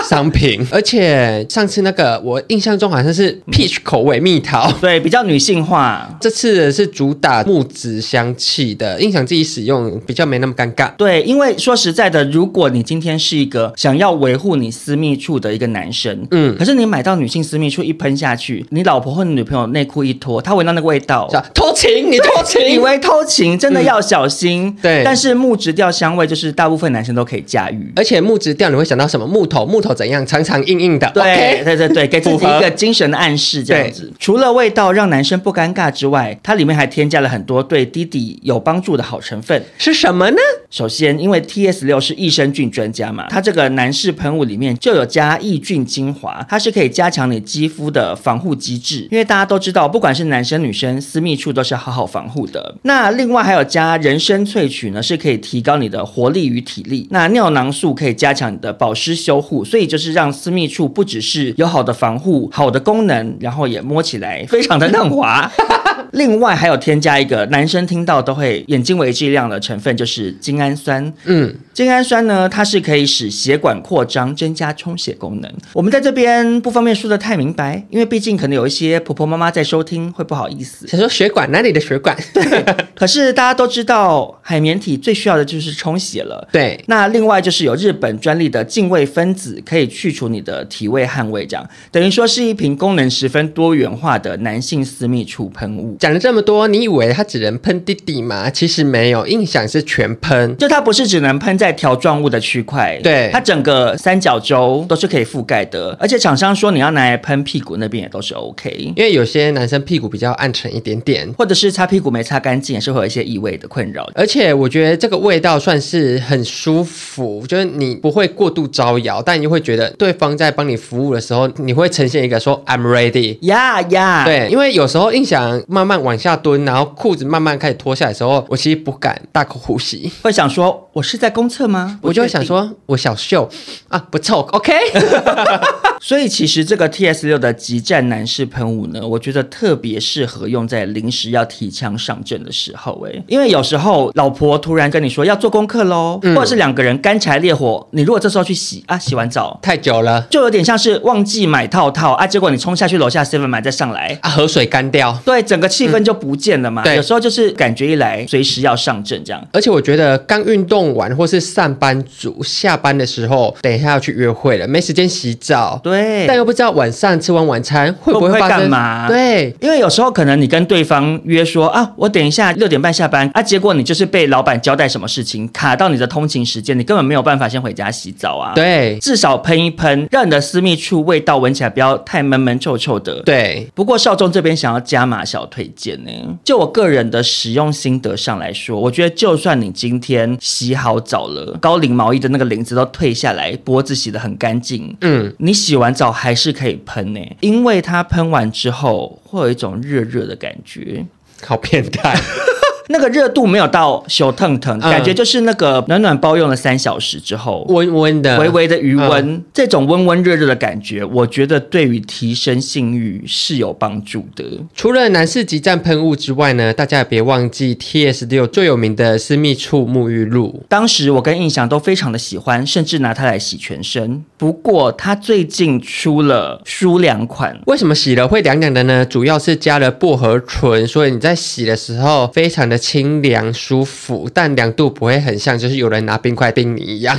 商品，而且上次那个我印象中好像是 peach 口味蜜桃。
对，比较女性化。
这次是主打木质香气的，印象自己使用比较没那么尴尬。
对，因为说实在的，如果你今天是一个想要维护你私密处的一个男生，嗯，可是你买到女性私密处一喷下去，你老婆或你女朋友内裤一脱，她闻到那个味道，
叫偷情，你啊偷
以
情。
为偷情真的要小心。
对
但是木质调香味就是大部分男生都可以驾驭。
而且木质调你会想到什么？木头，木头怎样？长长硬硬的。
对
OK
对对对，给自己
符合
一个精神的暗示，这样子。除了味道让男生不尴尬之外，它里面还添加了很多对弟弟有帮助的好成分。
是什么呢？
首先，因为 T S 六是益生菌专家嘛，它这个男士喷雾里面就有加抑菌精华，它是可以加强你肌肤的防护机制。因为大家都知道，不管是男生女生，私密处都是好好防护的。那另外还有加人参萃取呢，是可以提高你的活力与体力。那尿囊素可以加强你的保湿修护，所以就是让私密处不只是有好的防护、好的功能，然后也摸起来非常的嫩滑。另外还有添加一个男生听到都会眼睛为之一亮的成分，就是精氨酸。
嗯，
精氨酸呢，它是可以使血管扩张，增加充血功能。我们在这边不方便说的太明白，因为毕竟可能有一些婆婆妈妈在收听，会不好意思。
想说血管哪里的血管？
可是大家都知道，海绵体最需要的就是充血了。
对，
那另外就是有日本专利的净味分子，可以去除你的体味、汗味，这样等于说是一瓶功能十分多元化的男性私密处喷雾。
讲了这么多，你以为它只能喷弟弟吗？其实没有，印象是全喷。
就它不是只能喷在条状物的区块，
对
它整个三角洲都是可以覆盖的，而且厂商说你要拿来喷屁股那边也都是 OK，
因为有些男生屁股比较暗沉一点点，
或者是擦屁股没擦干净也是会有一些异味的困扰。
而且我觉得这个味道算是很舒服，就是你不会过度招摇，但你会觉得对方在帮你服务的时候，你会呈现一个说 I'm ready。
呀呀，，
对，因为有时候印象慢慢往下蹲，然后裤子慢慢开始脱下来的时候，我其实不敢大口呼吸，
会想说我是在公厕吗？
我就会
不确
想
定，
说，我小秀啊不臭，OK，
所以其实这个 T S 六的极战男士喷雾呢，我觉得特别适合用在临时要提枪上阵的时候，哎，因为有时候老婆突然跟你说要做功课喽，
嗯
或者是两个人干柴烈火，你如果这时候去洗啊，洗完澡。
太久了
就有点像是忘记买套套啊，结果你冲下去楼下 seven 买再上来，
啊，河水干掉。
对，整个气氛就不见了嘛。
嗯对
有时候就是感觉一来，随时要上阵这样。
而且我觉得刚运动完或是上班族下班的时候，等一下要去约会了，没时间洗澡，
对，
但又不知道晚上吃完晚餐会
会
会
不会
发生
干嘛
对，
因为有时候可能你跟对方约说啊，我等一下六点半下班啊，结果你就是被老板交代什么事情卡到你的通勤时间，你根本没有办法先回家洗澡啊。，
对
至少喷一喷，让你的私密处味道闻起来不要太闷闷臭臭的。
对，
不过少众这边想要加码小推荐呢，就我个人的使用心得上来说，我觉得就算你今天洗好澡了，高领毛衣的那个领子都退下来，脖子洗得很干净，
嗯，
你洗完澡还是可以喷呢，因为它喷完之后会有一种热热的感觉。
好变 态，
那个热度没有到手腾腾，
嗯
感觉就是那个暖暖包用了三小时之后，
温温的，
微微的余温，
嗯
这种温温热热的感觉，我觉得对于提升性欲是有帮助的。
除了男士极战喷雾之外呢，大家也别忘记 T S 六最有名的私密处沐浴露。
当时我跟印象都非常的喜欢，甚至拿它来洗全身。不过它最近出了舒两款，
为什么洗了会凉凉的呢？主要是加了薄荷醇，所以你在洗的时候非常的清凉舒服，但凉度不会很像就是有人拿冰块冰你一样。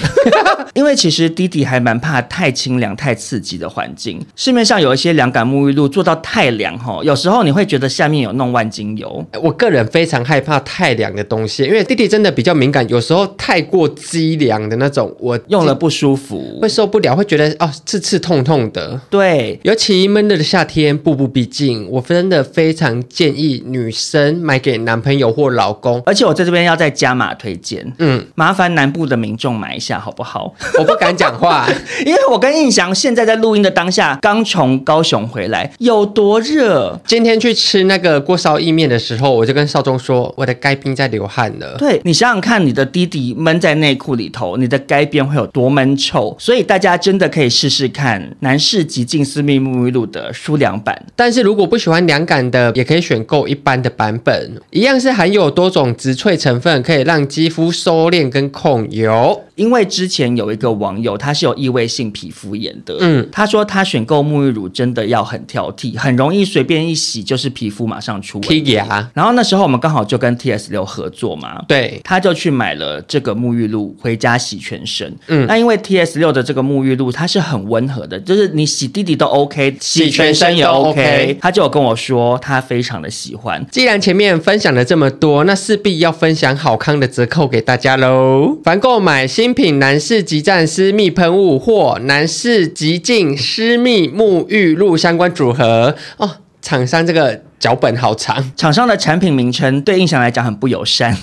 因为其实弟弟还蛮怕太清凉、太刺激的环境。市面上有一些凉感沐浴露做到太凉哈，有时候你会觉得下面有弄万金油。
我个人非常害怕太凉的东西，因为弟弟真的比较敏感，有时候太过激凉的那种，我
用了不舒服
会，受不了，会觉得哦刺刺痛痛的。
对，
尤其闷热的夏天，步步逼近，我真的非常建议女生买给男朋友或老公。
而且我在这边要再加码推荐，
嗯，
麻烦南部的民众买一下好不好？
我不敢讲话。
因为我跟印翔现在在录音的当下，刚从高雄回来，有多热？
今天去吃那个锅烧意面的时候，我就跟少中说，我的该冰在流汗 了。
对你想想看，你的弟弟闷在内裤里头，你的该边会有多闷臭？所以大家真的可以试试看男士极净私密沐浴露的舒凉版。
但是如果不喜欢凉感的，也可以选购一般的版本，一样是含有多种植萃成分，可以让肌肤收敛跟控油。
因为之前有一个网友，他是有异位性皮肤炎的，
嗯
嗯，他说他选购沐浴乳真的要很挑剔，很容易随便一洗就是皮肤马上出问题。
剔牙，
然后那时候我们刚好就跟 T S 六合作嘛，
对，
他就去买了这个沐浴露回家洗全身。
嗯
嗯，那因为 T S 六的这个沐浴露它是很温和的，就是你洗弟弟都 OK，洗全身也
都
OK。
OK
他就有跟我说他非常的喜欢。
既然前面分享了这么多，那势必要分享好康的折扣给大家喽！凡购买新品男士极战私密喷雾或男士极净私密沐浴露相关组合哦，厂商这个脚本好长，
厂商的产品名称对印象来讲很不友善，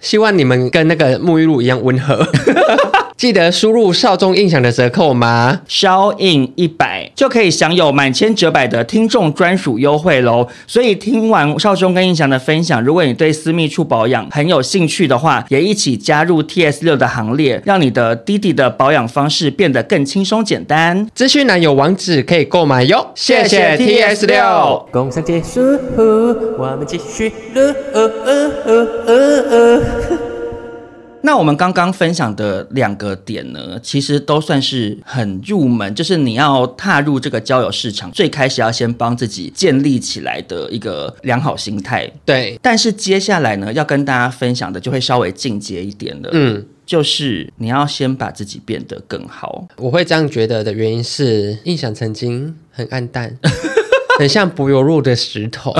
希望你们跟那个沐浴露一样温和。 记得输入少中印象的折扣吗？
烧印一百就可以享有满千折百的听众专属优惠喽。所以听完少中跟印翔的分享，如果你对私密处保养很有兴趣的话，也一起加入 TS 六的行列，让你的弟弟的保养方式变得更轻松简单。
资讯栏有网址可以购买哟。谢谢 TS 六。
工商结束，我们继续录。哦哦哦哦哦
那我们刚刚分享的两个点呢，其实都算是很入门，就是你要踏入这个交友市场，最开始要先帮自己建立起来的一个良好心态。
对，
但是接下来呢，要跟大家分享的就会稍微进阶一点了。
嗯。
就是你要先把自己变得更好，
我会这样觉得的原因是，印象曾经很暗 淡，很像不油肉的石头。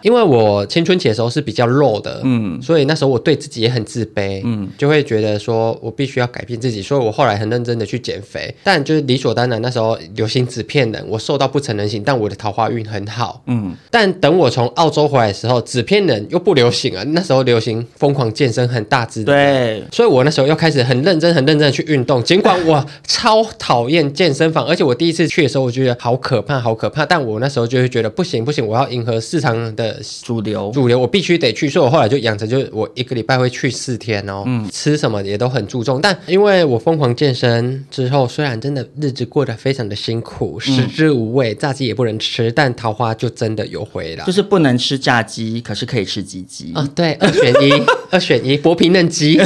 因为我青春期的时候是比较肉的，嗯，所以那时候我对自己也很自卑，嗯，就会觉得说我必须要改变自己，所以我后来很认真的去减肥，但就是理所当然，那时候流行纸片人，我瘦到不成人形，但我的桃花运很好，嗯，但等我从澳洲回来的时候，纸片人又不流行了，那时候流行疯狂健身，很大只的
对，
所以我那时候又开始很认真、很认真的去运动，尽管我超讨厌健身房，而且我第一次去的时候，我觉得好可怕、好可怕。但我那时候就会觉得不行、不行，我要迎合市场的
主流
主流，我必须得去。所以我后来就养成，就是我一个礼拜会去四天哦，
嗯
吃什么也都很注重。但因为我疯狂健身之后，虽然真的日子过得非常的辛苦，食之无味，炸鸡也不能吃，但桃花就真的有回来
就。是不能吃炸鸡，可是可以吃鸡鸡。
啊、对，二选一，二选一，薄皮嫩鸡。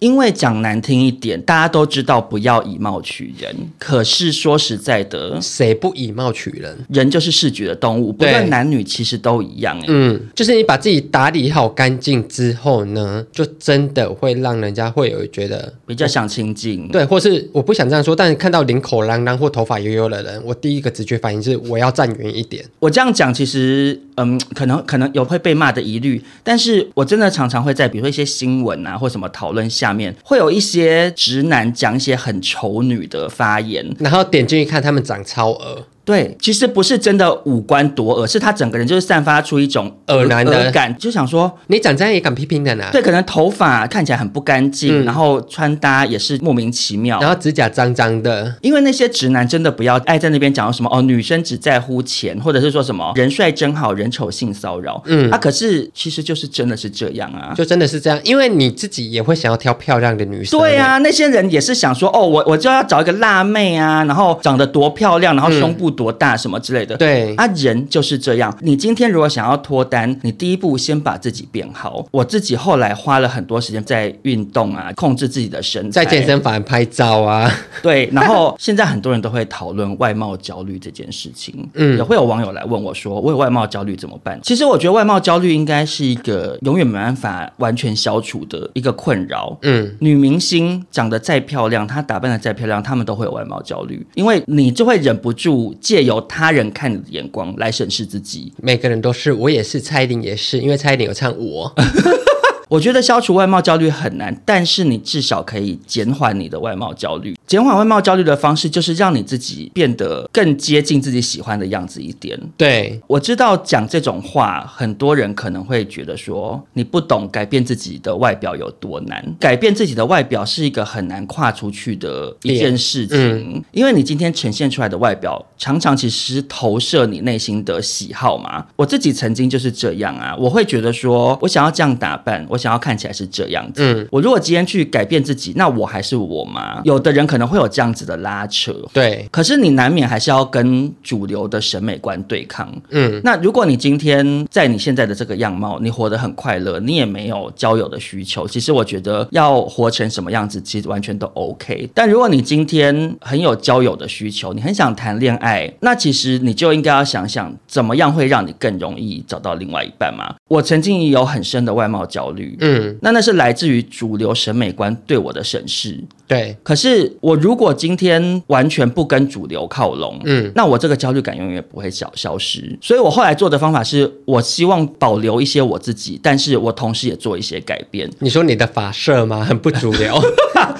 因为讲难听一点，大家都知道不要以貌取人，可是说实在的，
谁不以貌取人？
人就是视觉的动物，不
对
论男女其实都一样、欸。
嗯，就是你把自己打理好干净之后呢，就真的会让人家会有觉得。
比较想亲近。
对，或是我不想这样说，但是看到领口啷啷或头发油油的人，我第一个直觉反应是我要站远一点。
我这样讲，其实嗯，可能可能有会被骂的疑虑，但是我真的常常会在比如说一些新闻啊或什么讨论下面，会有一些直男讲一些很丑女的发言。
然后点进去看，他们长超额，
对，其实不是真的五官夺耳，是他整个人就是散发出一种
耳男的
感，就想说。
你长这样也敢批评人啊？
对，可能头发看起来很不干净，
嗯
然后穿搭也是莫名其妙。
然后指甲脏脏的，
因为那些直男真的不要爱在那边讲什么哦，女生只在乎钱，或者是说什么人帅真好，人丑性骚扰。嗯，啊，可是其实就是真的是这样啊。
就真的是这样，因为你自己也会想要挑漂亮的女生。
对啊，那些人也是想说，哦，我我就要找一个辣妹啊，然后长得多漂亮，然后胸部多大什么之类的。
嗯对
啊，人就是这样。你今天如果想要脱单，你第一步先把自己变好。我自己后来花了很多时间在运动啊，控制自己的身材，
在健身房拍照啊，
对，然后现在很多人都会讨论外貌焦虑这件事情，嗯，也会有网友来问我说，我有外貌焦虑怎么办？其实我觉得外貌焦虑应该是一个永远没办法完全消除的一个困扰。
嗯，
女明星长得再漂亮，她打扮的再漂亮，她们都会有外貌焦虑，因为你就会忍不住借由他人看你的眼光来审视自己。
每个人都是，我也是，蔡依林也是，因为蔡依林有唱我，
我觉得消除外貌焦虑很难，但是你至少可以减缓你的外貌焦虑。减缓外貌焦虑的方式就是让你自己变得更接近自己喜欢的样子一点。
对，
我知道讲这种话，很多人可能会觉得说你不懂改变自己的外表有多难。改变自己的外表是一个很难跨出去的一件事情，因为你今天呈现出来的外表，常常其实是投射你内心的喜好嘛。我自己曾经就是这样啊，我会觉得说我想要这样打扮，我想要看起来是这样子。
嗯，
我如果今天去改变自己，那我还是我吗？有的人可能会有这样子的拉扯，
对，
可是你难免还是要跟主流的审美观对抗。
嗯，
那如果你今天在你现在的这个样貌，你活得很快乐，你也没有交友的需求，其实我觉得要活成什么样子，其实完全都 OK。但如果你今天很有交友的需求，你很想谈恋爱，那其实你就应该要想想怎么样会让你更容易找到另外一半嘛。我曾经也有很深的外貌焦虑，
嗯，
那那是来自于主流审美观对我的审视。
对，
可是我如果今天完全不跟主流靠拢，
嗯
那我这个焦虑感永远不会消消失。所以我后来做的方法是，我希望保留一些我自己，但是我同时也做一些改 变。
你说你的发色吗？很不 主流。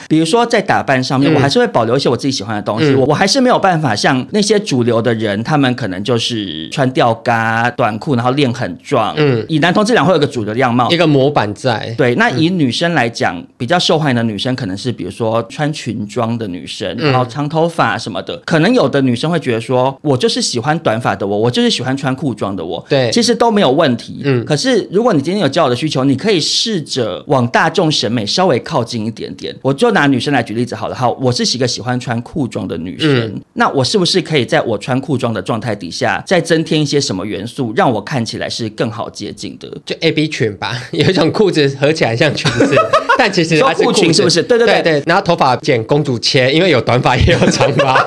比如说在打扮上面，
嗯
我还是会保留一些我自己喜欢的东西。
嗯
我我还是没有办法像那些主流的人，他们可能就是穿吊嘎、短裤，然后练很壮。
嗯
以男同志俩会有一个主流的样貌
一。个模板在。
对，那以女生来讲，比较受欢迎的女生可能是比如说穿裙装的女生，
嗯
然后长头发什么的。可能有的女生会觉得说，我就是喜欢短发的我，我就是喜欢穿裤装的我。
对
其实都没有问题。
嗯
可是如果你今天有交友的需求，你可以试着往大众审美稍微靠近一点点。我就拿女生来举例子好了，好，我是一个喜欢穿裤装的女生，
嗯
那我是不是可以在我穿裤装的状态底下，再增添一些什么元素，让我看起来是更好接近的？
就 A B 裙吧， 有一种裤子合起来像裙子， 但其实它是
说裤裙
子
是不是对
对
对对
对。然后头发剪公主切，因为有短发也有长发。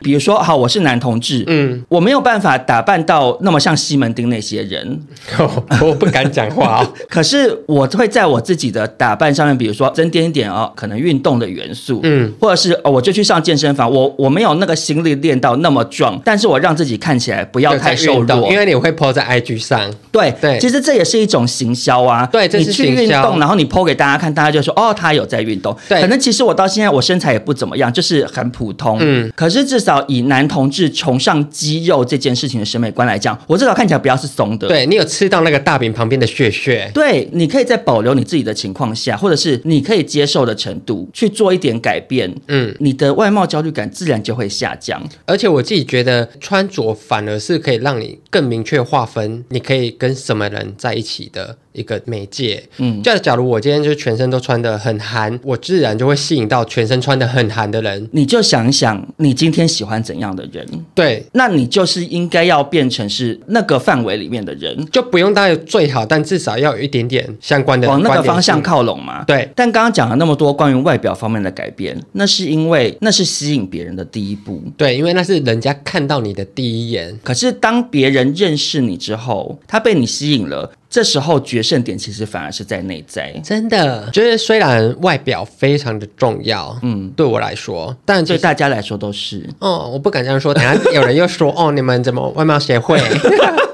比如说，好，我是男同志，
嗯，
我没有办法打扮到那么像西门町那些人，
哦我不敢讲话哦。
可是我会在我自己的打扮上面，比如说增添一点哦，可能运动的元素，
嗯，
或者是、哦、我就去上健身房，我我没有那个心力练到那么壮，但是我让自己看起 来不要
有在
太瘦
运动
弱，
因为你会 po 在 IG 上。
对
对
其实这也是一种行销啊。
对这是
你去运
行销
动，然后你剖给大家看，大家就说哦，他有在运动。
对
可能其实我到现在我身材也不怎么样，就是很普通。
嗯，
可是至少以男同志崇尚肌肉这件事情的审美观来讲，我至少看起来不要是松的。。
对你有吃到那个大饼旁边的屑屑，
对，你可以在保留你自己的情况下，或者是你可以接受的程度去做一点改变，
嗯，
你的外貌焦虑感自然就会下降。
而且我自己觉得穿着反而是可以让你更明确划分，你可以跟什么人在一起的一个媒介。嗯，就假如我今天就全身都穿的很韩，我自然就会吸引到全身穿的很韩的人。
你就想一想，你今天喜欢怎样的人，
对，
那你就是应该要变成是那个范围里面的人。
就不用到最好，但至少要有一点点相关的
往那
关
个
联
方向
性。
靠拢嘛。
对
但刚刚讲了那么多关于外表方面的改变，那是因为那是吸引别人的第一步。
对，因为那是人家看到你的第一眼。
可是当别人认识你之后，他被你吸引了，这时候决胜点其实反而是在内在。
真的，就是虽然外表非常的重要，嗯，对我来说，但就
对
是
大家来说都是。
哦，我不敢这样说，等下有人又说 哦，你们怎么外貌协会？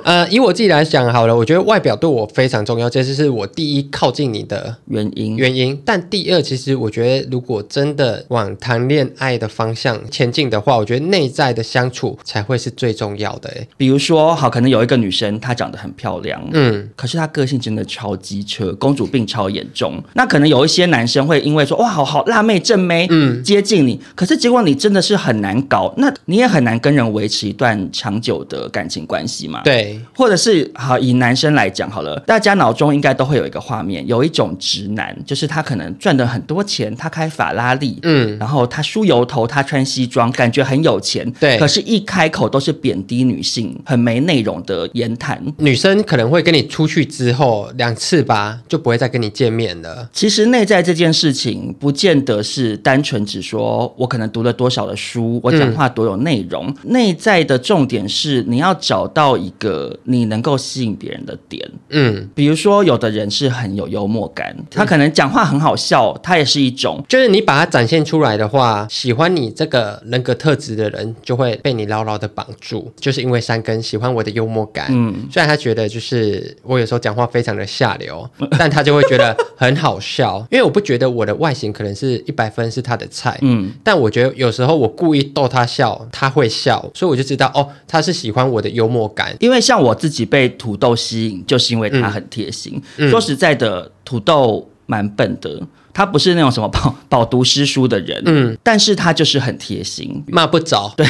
呃，以我自己来讲好了，我觉得外表对我非常重要，这就是我第一靠近你的
原因，
原因。但第二，其实我觉得，如果真的往谈恋爱的方向前进的话，我觉得内在的相处才会是最重要的。欸
比如说，好，可能有一个女生，她长得很漂亮，
嗯，
可是她个性真的超机车，公主病超严重。那可能有一些男生会因为说哇，好好辣妹正妹，嗯，接近你，可是结果你真的是很难搞，那你也很难跟人维持一段长久的感情关系嘛。。
对，
或者是好，以男生来讲好了，大家脑中应该都会有一个画面，有一种直男，就是他可能赚的很多钱，他开法拉利，
嗯，
然后他梳油头，他穿西装，感觉很有钱，
对
可是，一开口都是贬低女性、很没内容的言谈。
女生可能会跟你出去之后两次吧，就不会再跟你见面了。
其实内在这件事情，不见得是单纯只说我可能读了多
嗯
少的书，我讲话多有内容。内在的重点是你要找到一个个你能够吸引别人的点。
嗯，
比如说，有的人是很有幽默感，他可能讲话很好笑，他也是一种。
就是你把它展现出来的话，喜欢你这个人格特质的人就会被你牢牢的绑住，就是因为山根喜欢我的幽默感。嗯，虽然他觉得就是我有时候讲话非常的下 流，但他就会觉得很好笑，因为我不觉得我的外形可能是一百分是他的菜。嗯，但我觉得有时候我故意逗他笑，他会笑，所以我就知道哦，他是喜欢我的幽默感。
因为像我自己被土豆吸引，就是因为他很贴心。说实在的，土豆蛮笨的，他不是那种什么 饱饱读诗书的人，嗯，但是他就是很贴心。
骂不着，对，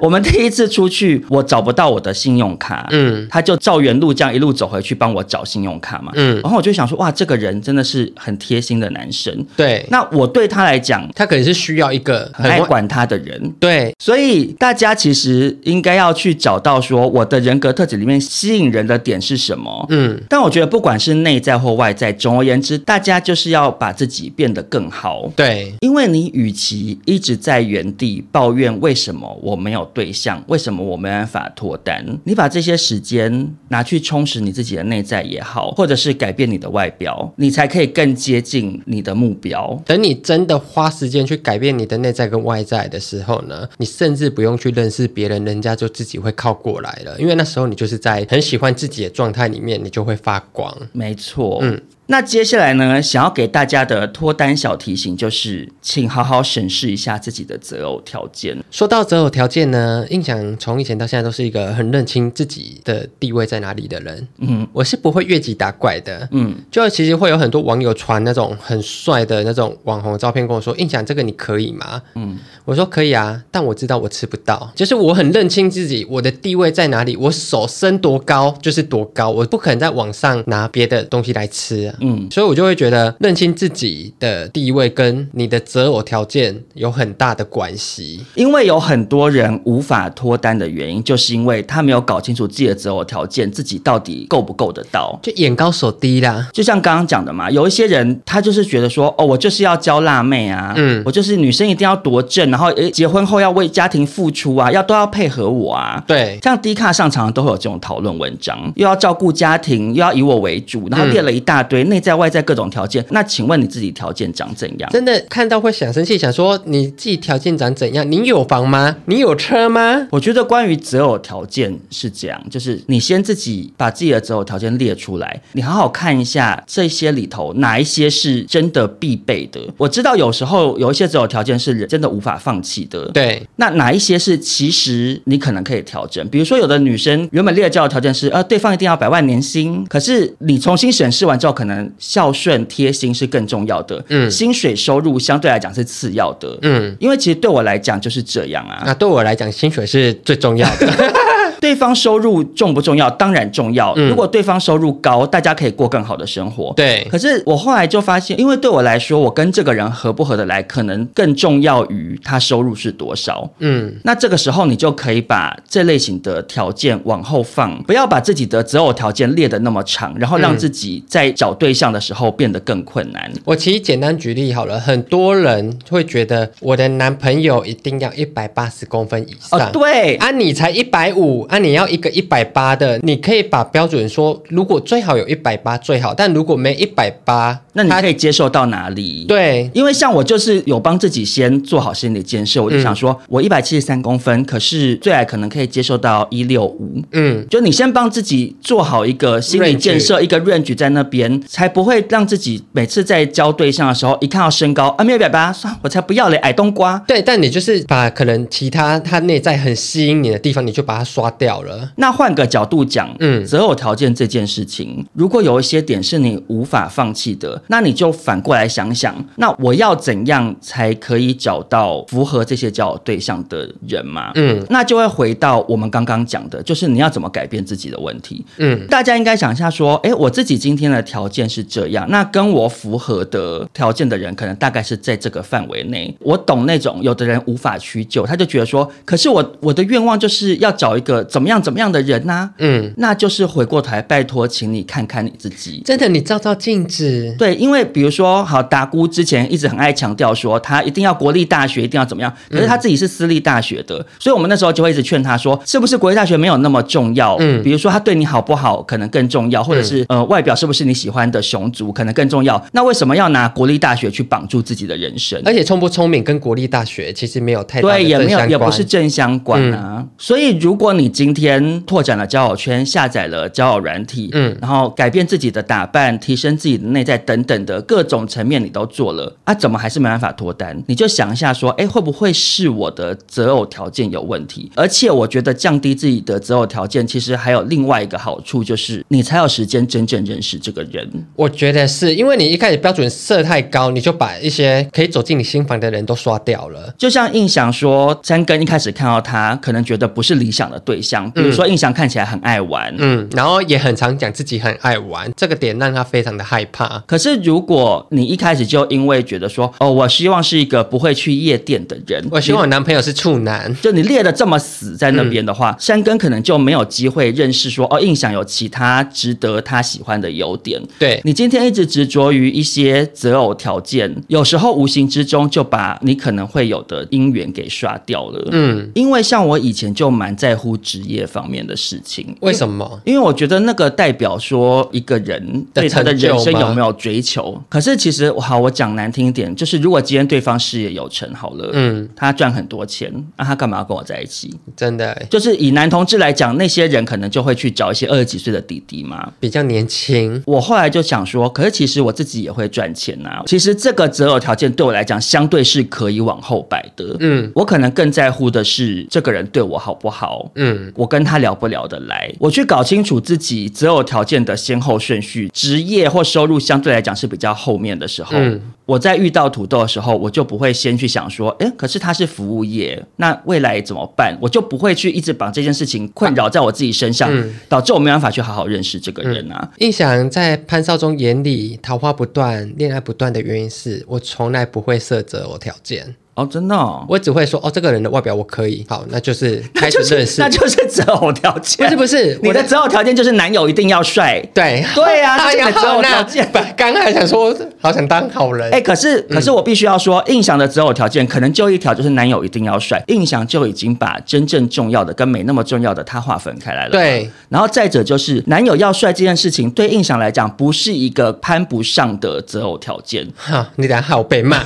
我们第一次出去，我找不到我的信用卡，嗯，他就照原路这样一路走回去帮我找信用卡嘛，嗯，然后我就想说，哇，这个人真的是很贴心的男生。
对，
那我对他来讲，
他可能是需要一个
很爱管他的人。
对，
所以大家其实应该要去找到说我的人格特质里面吸引人的点是什么。
嗯，
但我觉得不管是内在或外在，总而言之，大家就是要把自己变得更好。
对，
因为你与其一直在原地抱怨为什么我没有对象，为什么我没办法脱单，你把这些时间拿去充实你自己的内在也好，或者是改变你的外表，你才可以更接近你的目标。
等你真的花时间去改变你的内在跟外在的时候呢，你甚至不用去认识别人，人家就自己会靠过来了。因为那时候你就是在很喜欢自己的状态里面，你就会发光。
没错，嗯。那接下来呢，想要给大家的脱单小提醒就是，请好好审视一下自己的择偶条件。
说到择偶条件呢，印象从以前到现在都是一个很认清自己的地位在哪里的人。嗯，我是不会越级打怪的。嗯，就其实会有很多网友传那种很帅的那种网红照片跟我说：“印象这个你可以吗？”嗯，我说可以啊，但我知道我吃不到，就是我很认清自己我的地位在哪里，我手伸多高就是多高，我不可能在网上拿别的东西来吃、啊。
嗯，
所以我就会觉得认清自己的地位跟你的择偶条件有很大的关系。
因为有很多人无法脱单的原因，就是因为他没有搞清楚自己的择偶条件，自己到底够不够得到。
就眼高手低啦，
就像刚刚讲的嘛，有一些人他就是觉得说，哦，我就是要教辣妹啊，
嗯
我就是女生一定要多正，然后诶结婚后要为家庭付出啊，要都要配合我啊，
对，
像 D 卡上常常都会有这种讨论文章，又要照顾家庭，又要以我为主，然后列了一大堆内在外在各种条件。那请问你自己条件长怎样？
真的看到会想生气，想说你自己条件长怎样？你有房吗？你有车吗？
我觉得关于择偶条件是这样，就是你先自己把自己的择偶条件列出来，你好好看一下这些里头哪一些是真的必备的。我知道有时候有一些择偶条件是人真的无法放弃的，
对，
那哪一些是其实你可能可以调整？比如说，有的女生原本列的交友条件是，呃，对方一定要百万年薪，可是你重新审视完之后，可能孝顺、贴心是更重要的，
嗯
薪水收入相对来讲是次要的，
嗯，
因为其实对我来讲就是这样啊，
那对我来讲，薪水是最重要 的。
对方收入重不重要？当然重要。
嗯
如果对方收入高，大家可以过更好的生活。
对
可是我后来就发现，因为对我来说，我跟这个人合不合得来，可能更重要于他收入是多少。
嗯，
那这个时候你就可以把这类型的条件往后放，不要把自己的择偶条件列得那么长，然后让自己在找对象的时候变得更困难。
我其实简单举例好了，很多人会觉得我的男朋友一定要一百八十公分以上。
哦，对，
啊，你才一百五，啊，你要一个一百八的，你可以把标准说，如果最好有一百八最好，但如果没一百八，
那你
他
可以接受到哪里？。
对
因为像我就是有帮自己先做好心理建设，我
嗯
就想说，我一百七十三公分，可是最矮可能可以接受到一六五。
嗯，
就你先帮自己做好一个心理
Range
建设，一个 range 在那边，才不会让自己每次在交对象的时候，一看到身高啊没有一百八，算了我才不要嘞，矮冬瓜。
对，但你就是把可能其他他内在很吸引你的地方，你就把它刷掉了。
那换个角度讲，
嗯
嗯，择偶条件这件事情，如果有一些点是你无法放弃的，那你就反过来想想，那我要怎样才可以找到符合这些交友对象的人嘛？
嗯
嗯，那就会回到我们刚刚讲的，就是你要怎么改变自己的问题。
嗯，
大家应该想一下，说，诶，我自己今天的条件是这样，那跟我符合的条件的人，可能大概是在这个范围内。我懂那种有的人无法屈就，他就觉得说，可是我我的愿望就是要找一个怎么样怎么样的人呐、
嗯，
那就是回过头来拜托，请你看看你自己。
真的，你照照镜子，
对，因为比如说，好达姑之前一直很爱强调说，她一定要国立大学，一定要怎么样，可是她自己是私立大学的，所以我们那时候就会一直劝她说，是不是国立大学没有那么重要？
嗯
比如说他对你好不好，可能更重要，或者是、呃外表是不是你喜欢的熊族，可能更重要。那为什么要拿国立大学去绑住自己的人生？
而且聪不聪明跟国立大学其实没有太大的
对，也
正
没有，
相
也不
关嗯
是正相关啊。所以，如果你今天拓展了交友圈，下载了交友软体，
嗯
嗯，然后改变自己的打扮，提升自己的内在等等的各种层面，你都做了啊，怎么还是没办法脱单？你就想一下，说，哎，会不会是我的择偶条件有问题？而且，我觉得降低自己的择偶条件，其实还有另外一个好处，就是你才有时间真正认识这个人。
我觉得是因为你一开始标准设太高，你就把一些可以走进你心房的人都刷掉了。
就像印象说，三根一开始看到他，可能觉得不是理想的对象，比如说印象看起来很爱玩，
嗯，然后也很常讲自己很爱玩，这个点让他非常的害怕。
可是，如果你一开始就因为觉得说，哦，我希望是一个不会去夜店的人，
我希望我男朋友是处男
你。就你列的这么死在那边的话，
嗯
山根可能就没有机会认识说，哦，印象有其他值得他喜欢的优点。
对，
你今天一直执着于一些择偶条件，有时候无形之中就把你可能会有的姻缘给刷掉了。
嗯，
因为像我以前就蛮在乎职业方面的事情，
为什么？
因为我觉得那个代表说一个人
的
对他的
成就
人生
吗
有没有追求。可是其实好，我讲难听一点，就是如果今天对方事业有成好了，
嗯，
他赚很多钱，那他干嘛要跟我在一起？
真的
就是以男同志来讲，那些人可能就会去找一些二十几岁的弟弟嘛。
比较年轻。
我后来就想说，可是其实我自己也会赚钱呐、其实这个择偶条件对我来讲，相对是可以往后摆的。
嗯
我可能更在乎的是这个人对我好不好，
嗯，
我跟他聊不聊得来，我去搞清楚自己择偶条件的先后顺序，职业或收入相对来讲是比较后面的时候。
嗯
我在遇到土豆的时候，我就不会先去想说，诶，可是他是服务业，那未来怎么办？我就不会去一直把这件事情困扰在我自己身上，
嗯
导致我没办法去好好认识这个人啊。
印象在潘少忠眼里，桃花不断，恋爱不断的原因是我从来不会设择偶条件，
哦，真的、哦，
嗯我只会说哦，这个人的外表我可以，好，那就是开始认识。
那就是择偶条件，
不是不是
你
我
的
的
择偶条件就是男友一定要帅，
对
对啊
哎呀
这个择偶条件
那刚刚还想说，好想当好人。
哎、可是可是我必须要说，印象的择偶条件可能就一条，就是男友一定要帅。印象就已经把真正重要的跟没那么重要的他划分开来了。。
对，
然后再者就是，男友要帅这件事情，对印象来讲不是一个攀不上的择偶条件，
哈，你等下害我被骂。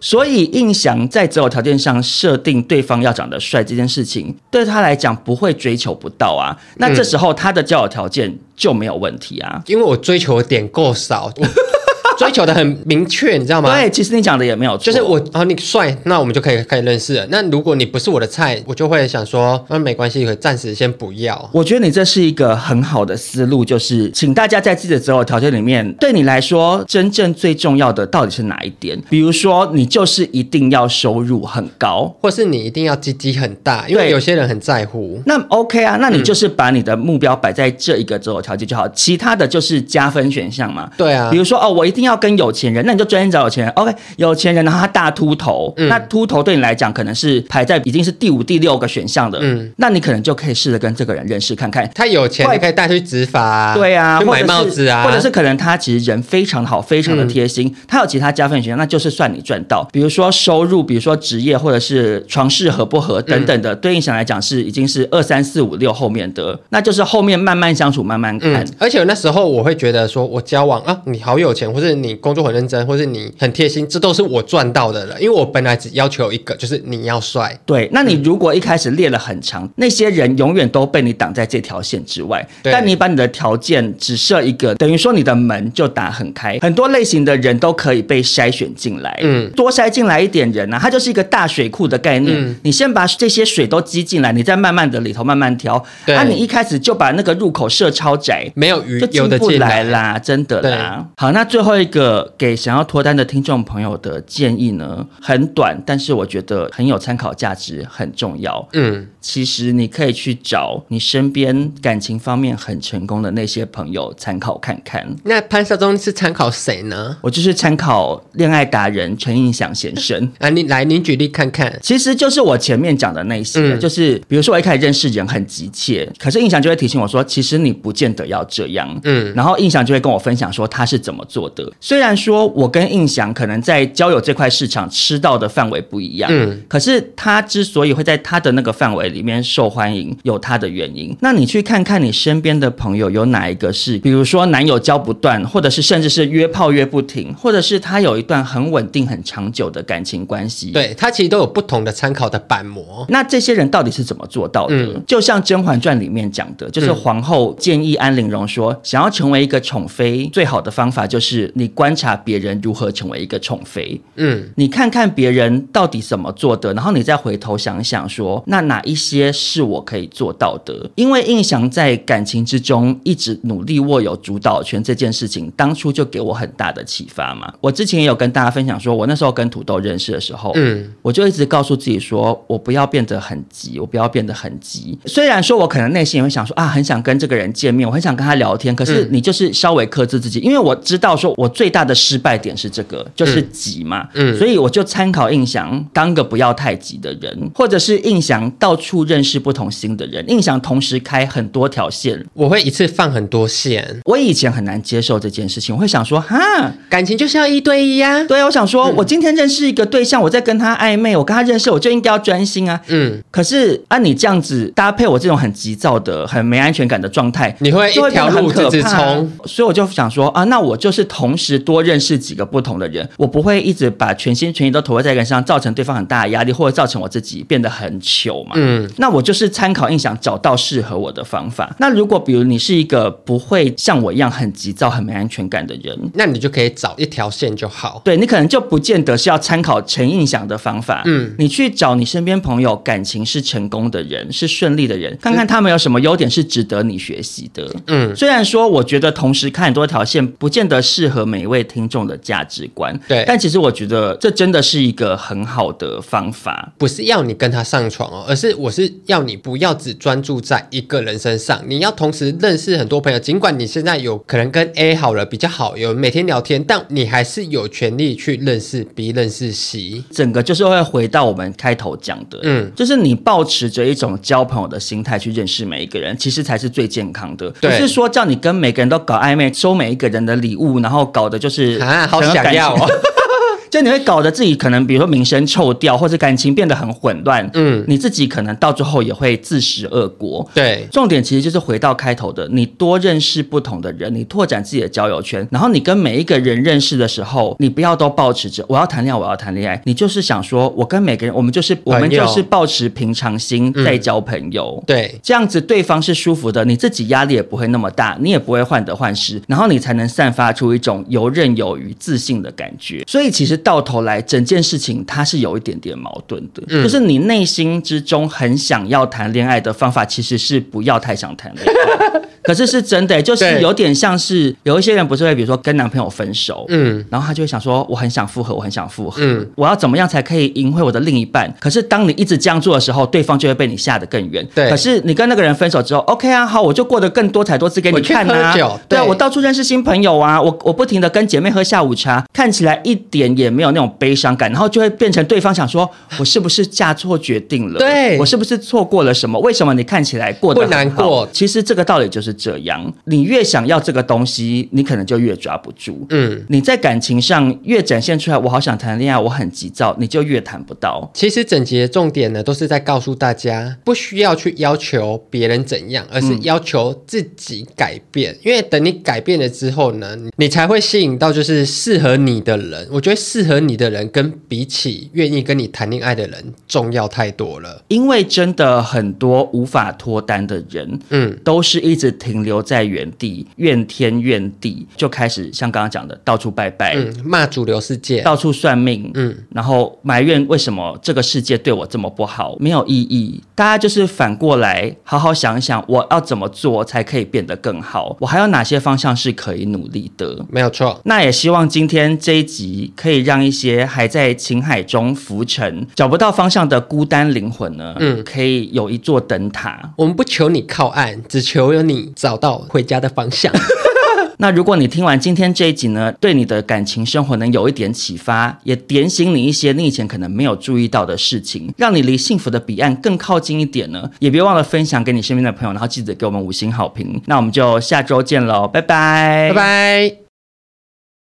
所以印象在择偶条件上设定对方要长得帅这件事情，对他来讲不会追求不到啊。那这时候他的交友条件就没有问题啊。
因为我追求的点够少，我追求的很明确，你知道吗？
对，，其实你讲的也没有错，啊
就是我，然后你帅，那我们就可以开始认识了。那如果你不是我的菜，我就会想说，那没关系，可暂时先不要。
我觉得你这是一个很好的思路，就是请大家在自己的择偶条件里面，对你来说真正最重要的到底是哪一点？比如说，你就是一定要收入很高。
或是你一定要鸡鸡很大，因为
对
有些人很在乎。
那 OK 啊，那你
嗯
就是把你的目标摆在这一个择偶条件就好，其他的就是加分选项嘛。
对啊
比，如说哦，我一定要跟有钱人，那你就专心找有钱人。OK，有钱人，然后他大秃头，
嗯
那秃头对你来讲可能是排在已经是第五、第六个选项的，
嗯
那你可能就可以试着跟这个人认识看看，
他有钱，
快
你可以带他去植发、啊
对啊，
去
或者
买
是
帽子啊，嗯
或者是可能他其实人非常好，非常的贴心，他有其他加分选项，那就是算你赚到。比如说收入，比如说职业，或者是床事合不合等等
嗯
的，对应想来讲是已经是二三四五六后面的，那就是后面慢慢相处，慢慢看。
嗯，而且那时候我会觉得说，我交往啊，你好有钱，或是你工作很认真，或是你很贴心，这都是我赚到的了。因为我本来只要求一个，就是你要帅。
对，那你如果一开始列了很长，那些人永远都被你挡在这条线之外。
对
但你把你的条件只设一个，等于说你的门就打很开，很多类型的人都可以被筛选进来。
嗯
嗯，多筛进来一点人啊，它就是一个大水库的概念。
嗯
你先把这些水都积进来，你再慢慢的里头慢慢挑。
对
啊，你一开始就把那个入口设超窄，
没有鱼
就
游
进
的
不
进
来
来，
啦，真的啦。好，那最后一这个给想要脱单的听众朋友的建议呢，很短，但是我觉得很有参考价值，很重要。
嗯，
其实你可以去找你身边感情方面很成功的那些朋友参考看看。
那潘少忠是参考谁呢？
我就是参考恋爱达人陈映响先生。
啊，你来，您举例看看。
其实就是我前面讲的那些，
嗯
就是比如说我一开始认识人很急切，可是印象就会提醒我说，其实你不见得要这样。
嗯
嗯，然后印象就会跟我分享说他是怎么做的。虽然说我跟印象可能在交友这块市场吃到的范围不一样，
嗯
嗯，可是他之所以会在他的那个范围里面受欢迎，有他的原因。那你去看看你身边的朋友有哪一个是，比如说男友交不断，或者是甚至是约炮约不停，或者是他有一段很稳定很长久的感情关系，。
对他其实都有不同的参考的板模。
那这些人到底是怎么做到的？
嗯
就像《甄嬛传》里面讲的，就是皇后建议安陵容说，想要成为一个宠妃，最好的方法就是你观察别人如何成为一个宠妃，
嗯，
你看看别人到底怎么做的，然后你再回头想想说，那哪一些是我可以做到的？因为印象在感情之中一直努力握有主导权这件事情，当初就给我很大的启发嘛。我之前也有跟大家分享说，我那时候跟土豆认识的时候，
嗯
嗯，我就一直告诉自己说，我不要变得很急，我不要变得很急。虽然说我可能内心也会想说啊，很想跟这个人见面，我很想跟他聊天，可是
嗯
你就是稍微克制自己，因为我知道说我最大的失败点是这个，就是急嘛，
嗯
嗯，所以我就参考印象，当个不要太急的人，或者是印象到处认识不同新的人，印象同时开很多条线。
我会一次放很多线，
我以前很难接受这件事情，我会想说，哈，
感情就是要一对一呀、
对啊，我想说，
嗯
我今天认识一个对象，我在跟他暧昧，我跟他认识，我就应该要专心啊。
嗯，
可是按、你这样子搭配我这种很急躁的、很没安全感的状态，
你会一
就会
条
变得很
路
可
直直
怕啊
冲。
所以我就想说啊，那我就是同时多认识几个不同的人，我不会一直把全心全意都投入在一个人身上，造成对方很大的压力，或者造成我自己变得很糗嘛。
嗯，
那我就是参考印象找到适合我的方法。那如果比如你是一个不会像我一样很急躁、很没安全感的人，
那你就可以找一条线就好。
对你可能就不见得是要参考陈印象的方法，
嗯
嗯，你去找你身边朋友感情是成功的人，是顺利的人，看看他们有什么优点是值得你学习的。
嗯，
虽然说我觉得同时看很多条线，不见得适合每一位听众的价值观，
对
但其实我觉得这真的是一个很好的方法。
不是要你跟他上床哦，而是我是要你不要只专注在一个人身上，你要同时认识很多朋友。尽管你现在有可能跟 A 好了比较好，有每天聊天，但你还是有权利去认识 B、认识 C。
整个就是会回到我们开头讲的，
嗯
嗯，就是你保持着一种交朋友的心态去认识每一个人，其实才是最健康的。
对
不是说叫你跟每个人都搞暧昧，收每一个人的礼物，然后搞的就是
啊， 好
整个
想
感情！
要哦。
就你会搞得自己可能，比如说名声臭掉，或者感情变得很混乱，
嗯
嗯，你自己可能到最后也会自食恶果。
对，
重点其实就是回到开头的，你多认识不同的人，你拓展自己的交友圈，然后你跟每一个人认识的时候，你不要都抱持着我要谈恋爱，我要谈恋爱，你就是想说，我跟每个人，我们就是我们就是抱持平常心在交朋友。
对，
这样子对方是舒服的，你自己压力也不会那么大，你也不会患得患失，然后你才能散发出一种游刃有余、自信的感觉。所以其实到头来，整件事情它是有一点点矛盾的，
嗯
就是你内心之中很想要谈恋爱的方法，其实是不要太想谈恋 爱。可是是真的、就是
对
有点像是有一些人不是会，比如说跟男朋友分手，
嗯，
然后他就会想说，我很想复合，我很想复合，
嗯
我要怎么样才可以赢回我的另一半？可是当你一直这样做的时候，对方就会被你吓得更远。
对
可是你跟那个人分手之后，OK 啊，好，我就过得更多彩多姿给
我
你
去
看啊，
喝酒
对啊，
对
我到处认识新朋友啊，我我不停的跟姐妹喝下午茶，看起来一点也没有那种悲伤感，然后就会变成对方想说，我是不是嫁错决定了？
对
我是不是错过了什么？为什么你看起来过得
不难
很好
过
其实这个道理就是这样，你越想要这个东西，你可能就越抓不住。
嗯。
你在感情上越展现出来，我好想谈恋爱，我很急躁，你就越谈不到。
其实整节重点呢，都是在告诉大家，不需要去要求别人怎样，而是要求自己改变。因为等你改变了之后呢，你才会吸引到就是适合你的人。我觉得适合你的人，跟比起愿意跟你谈恋爱的人，重要太多了。
因为真的很多无法脱单的人，
嗯，
都是一直停留在原地，怨天怨地，就开始像刚刚讲的，到处拜拜。
嗯，骂主流世界，
到处算命，
嗯
嗯，然后埋怨为什么这个世界对我这么不好，没有意义。大家就是反过来好好想一想，我要怎么做才可以变得更好？我还有哪些方向是可以努力的？
没有错。
那也希望今天这一集可以让一些还在情海中浮沉、找不到方向的孤单灵魂呢，嗯，可以有一座灯塔。
我们不求你靠岸，只求有你找到回家的方向。
那如果你听完今天这一集呢，对你的感情生活能有一点启发，也点醒你一些你以前可能没有注意到的事情，让你离幸福的彼岸更靠近一点呢，也别忘了分享给你身边的朋友，然后记得给我们五星好评。那我们就下周见喽，拜拜，
拜。拜。